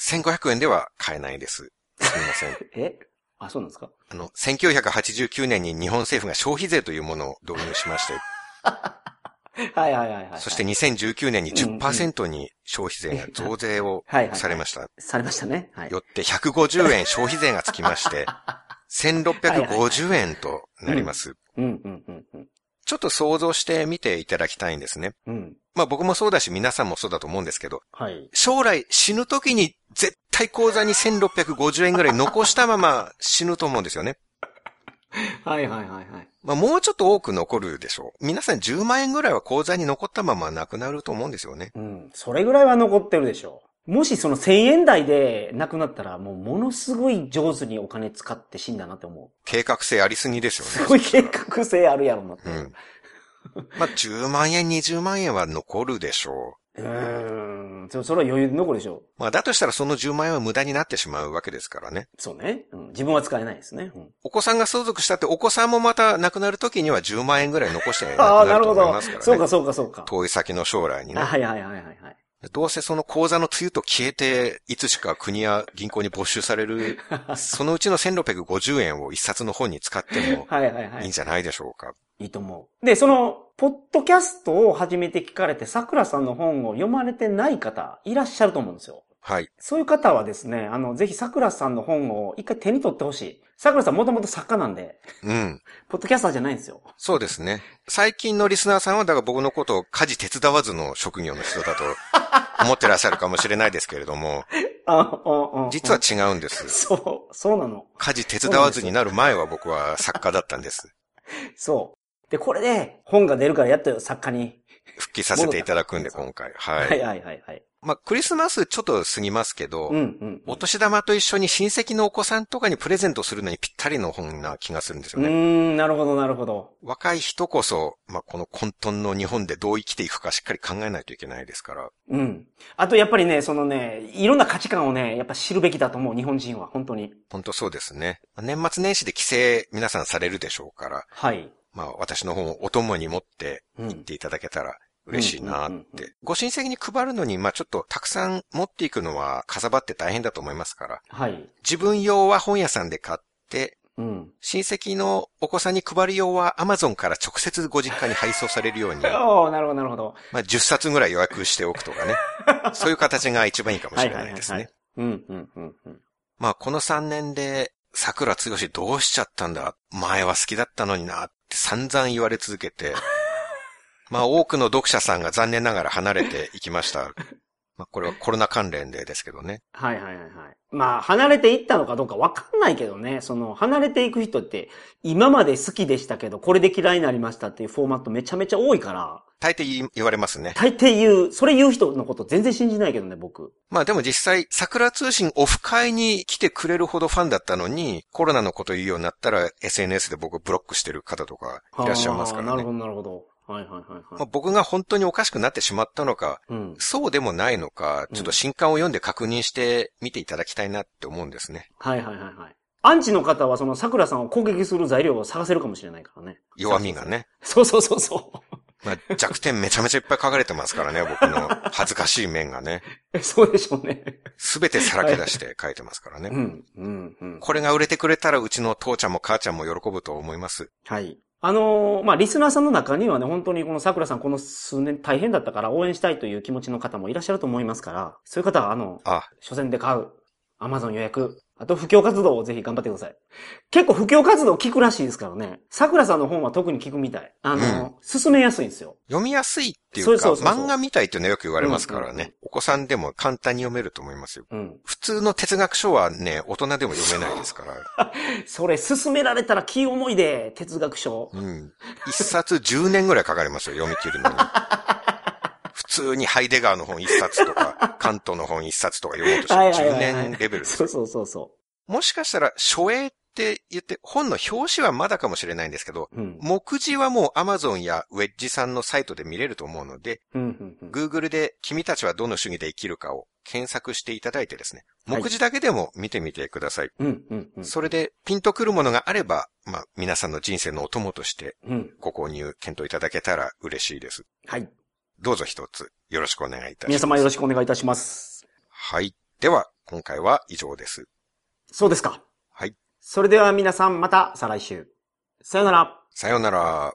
1500円では買えないです。すみま せん。
えあ、そうなんですか
あの、1989年に日本政府が消費税というものを導入しまして、
はいはいはいはい。
そして、2019年に10%に消費税が増税を
はいはい。
されました。
されましたね。はい。
よって150円消費税がつきま して、1650円となります。
うんうんうんうん。
ちょっと想像してみていただきたいんですね。
うん。
まあ僕もそうだし皆さんもそうだと思うんですけど、
はい。
将来死ぬ時に絶対口座に1650円ぐらい残したまま死ぬと思うんですよね。
はいはいはいはい。
まあもうちょっと多く残るでしょう。皆さん10万円ぐらいは口座に残ったままなくなると思うんですよね。
うん。それぐらいは残ってるでしょう。もしその1000円台でなくなったら、もうものすごい上手にお金使って死んだなって思う。
計画性ありすぎですよね。
すごい計画性あるやろなって。
うん。まあ、10万円、20万円は残るでしょ
うーん。そそれは余裕で残るでしょ
う。まあ、だとしたらその10万円は無駄になってしまうわけですからね。
う。そうね。うん。自分は使えないですね。うん。
お子さんが相続したって、お子さんもまた亡くなる時には10万円ぐらい残して亡く
ああ、
な
な
ると
るほ
思い
ど
ますか。らね。
そうかそうかそうか。
遠い先の将来にね。
はいはいはいはいはい。
どうせその口座の梅雨と消えて、いつしか国や銀行に没収される、そのうちの1650円を一冊の本に使っても
はいはいはい
いん
い。
じゃないでしょうか。
いいと思う。で、その、ポッドキャストを始めて聞かれて、桜さんの本を読まれてない方、いらっしゃると思うんですよ。
はい。
そういう方はですね、あの、ぜひ桜さんの本を一回手に取ってほしい。桜さんもともと作家なんで、
うん。
ポッドキャスターじゃないんですよ。
そうですね。最近のリスナーさんは、だから僕のことを家事手伝わずの職業の人だ と思ってらっしゃるかもしれないですけれども、
あ、あ、あ。
実は違うんです。
そう、そうなの。
家事手伝わずになる前は僕は作家だったんです。
そう。で、これで本が出るからやっと作家に。
復帰させていただくんで、今回。は
はい
い。
はいはいはい。
まあ、クリスマスちょっと過ぎますけど
う、んうん。
お年玉と一緒に親戚のお子さんとかにプレゼントするのにぴったりの本な気がするんです
う
よね。
ーん、なるほどなるほど。
若い人こそ、まあ、この混沌の日本でどう生きていくかしっかり考えないといけないですから。
うん。あとやっぱりね、そのね、いろんな価値観をね、やっぱ知るべきだと思う、日本人は、本当に。
本当そうですね。年末年始で帰省皆さんされるでしょうから、
はい。
まあ私の本をお供に持って
うん
行っていただけたら嬉しいな
うんう
っ
んうんう
て。ご親戚に配るのに、まあちょっとたくさん持っていくのはかさばって大変だと思いますから、
はい。
自分用は本屋さんで買って、
うん。
親戚のお子さんに配る用は Amazon から直接ご実家に配送されるよ うに、ま
おー、なるほどなるほど。
あ10冊ぐらい予約しておくと かね。そういう形が一番いいかもしれないですね。
うんうんうんうん。
まあこの3年で、桜つよしどうしちゃったんだ前は好きだったのになって散々言われ続け て、まあ多くの読者さんが残念ながら離れていきました。まあこれはコロナ関連でですけどね。
はいはいはいはい。まあ、離れていったのかどうかわかんないけどね、その、離れていく人って、今まで好きでしたけど、これで嫌いになりましたっていうフォーマットめちゃめちゃ多いから、
大抵言い言われますね。
大抵言う、それ言う人のこと全然信じないけどね、僕。
まあでも実際、桜通信オフ会に来てくれるほどファンだったのに、コロナのこと言うようになったら SNS で僕ブロックしてる方とかいらっしゃいますか
あー
ら
なる
ね
ほ。どなるほど。はいはいはい
まあ
はい。
僕が本当におかしくなってしまったのか、
うん。
そうでもないのか、ちょっと新刊を読んで確認して見ていただきたいなって思うんですね。
はいはいはいはい。アンチの方はその桜さんを攻撃する材料を探せるかもしれないからね。
弱みがね。
そうそうそうそう。
まあ、弱点めちゃめちゃいっぱい書かれてますからね、僕の恥ずかしい面がね。
えそうでしょうね。
すべてさらけ出して書いてますから
う
ね。
ん、うん、うん。
これが売れてくれたらうちの父ちゃんも母ちゃんも喜ぶと思います。
はい。あのーまあ、リスナーさんの中にはね、本当にこの桜さんこの数年大変だったから応援したいという気持ちの方もいらっしゃると思いますから、そういう方はあの、
あ、
書店で買う、アマゾン予約、あと布教活動をぜひ頑張ってください。結構布教活動聞くらしいですからね、桜さんの本は特に聞くみたい。あのー進めやすいんですよ。
読みやすいっていうか、
そうそうそうそう
漫画みたいっていうのはよく言われますからね、
うんうんうん
お子さんでも簡単に読めると思いますよ。
うん。
普通の哲学書はね、大人でも読めないです から。
それ、進められたら気重いで、哲学書。
うん。一冊10年ぐらいかかりますよ、読み切るの に。普通にハイデガーの本一冊と か、関東の本一冊とか読もうとして
はい
も
はいは
10
いはい
年レベルです
そうそうそうそ
もしかしたら、書影って言って、本の表紙はまだかもしれないんですけど、
う。うん。
目次はもう Amazon やウェッジさんのサイトで見れると思うので、
うん、うん、うん。
Google で君たちはどの主義で生きるかを検索していただいてですね、目次だけでも見てみてください。
うん、うん、うん。
それで、ピンとくるものがあれば、まあ、皆さんの人生のお供として
うん。
ご購入検討いただけたら嬉しいです。
はい。
どうぞ一つよろしくお願いいたします。
皆様よろ
しく。
しくお願いいたします。
はい。では、今回は以上です。
そうですか。
はい。
それでは皆さんまた再来週。さよなら。
さようなら。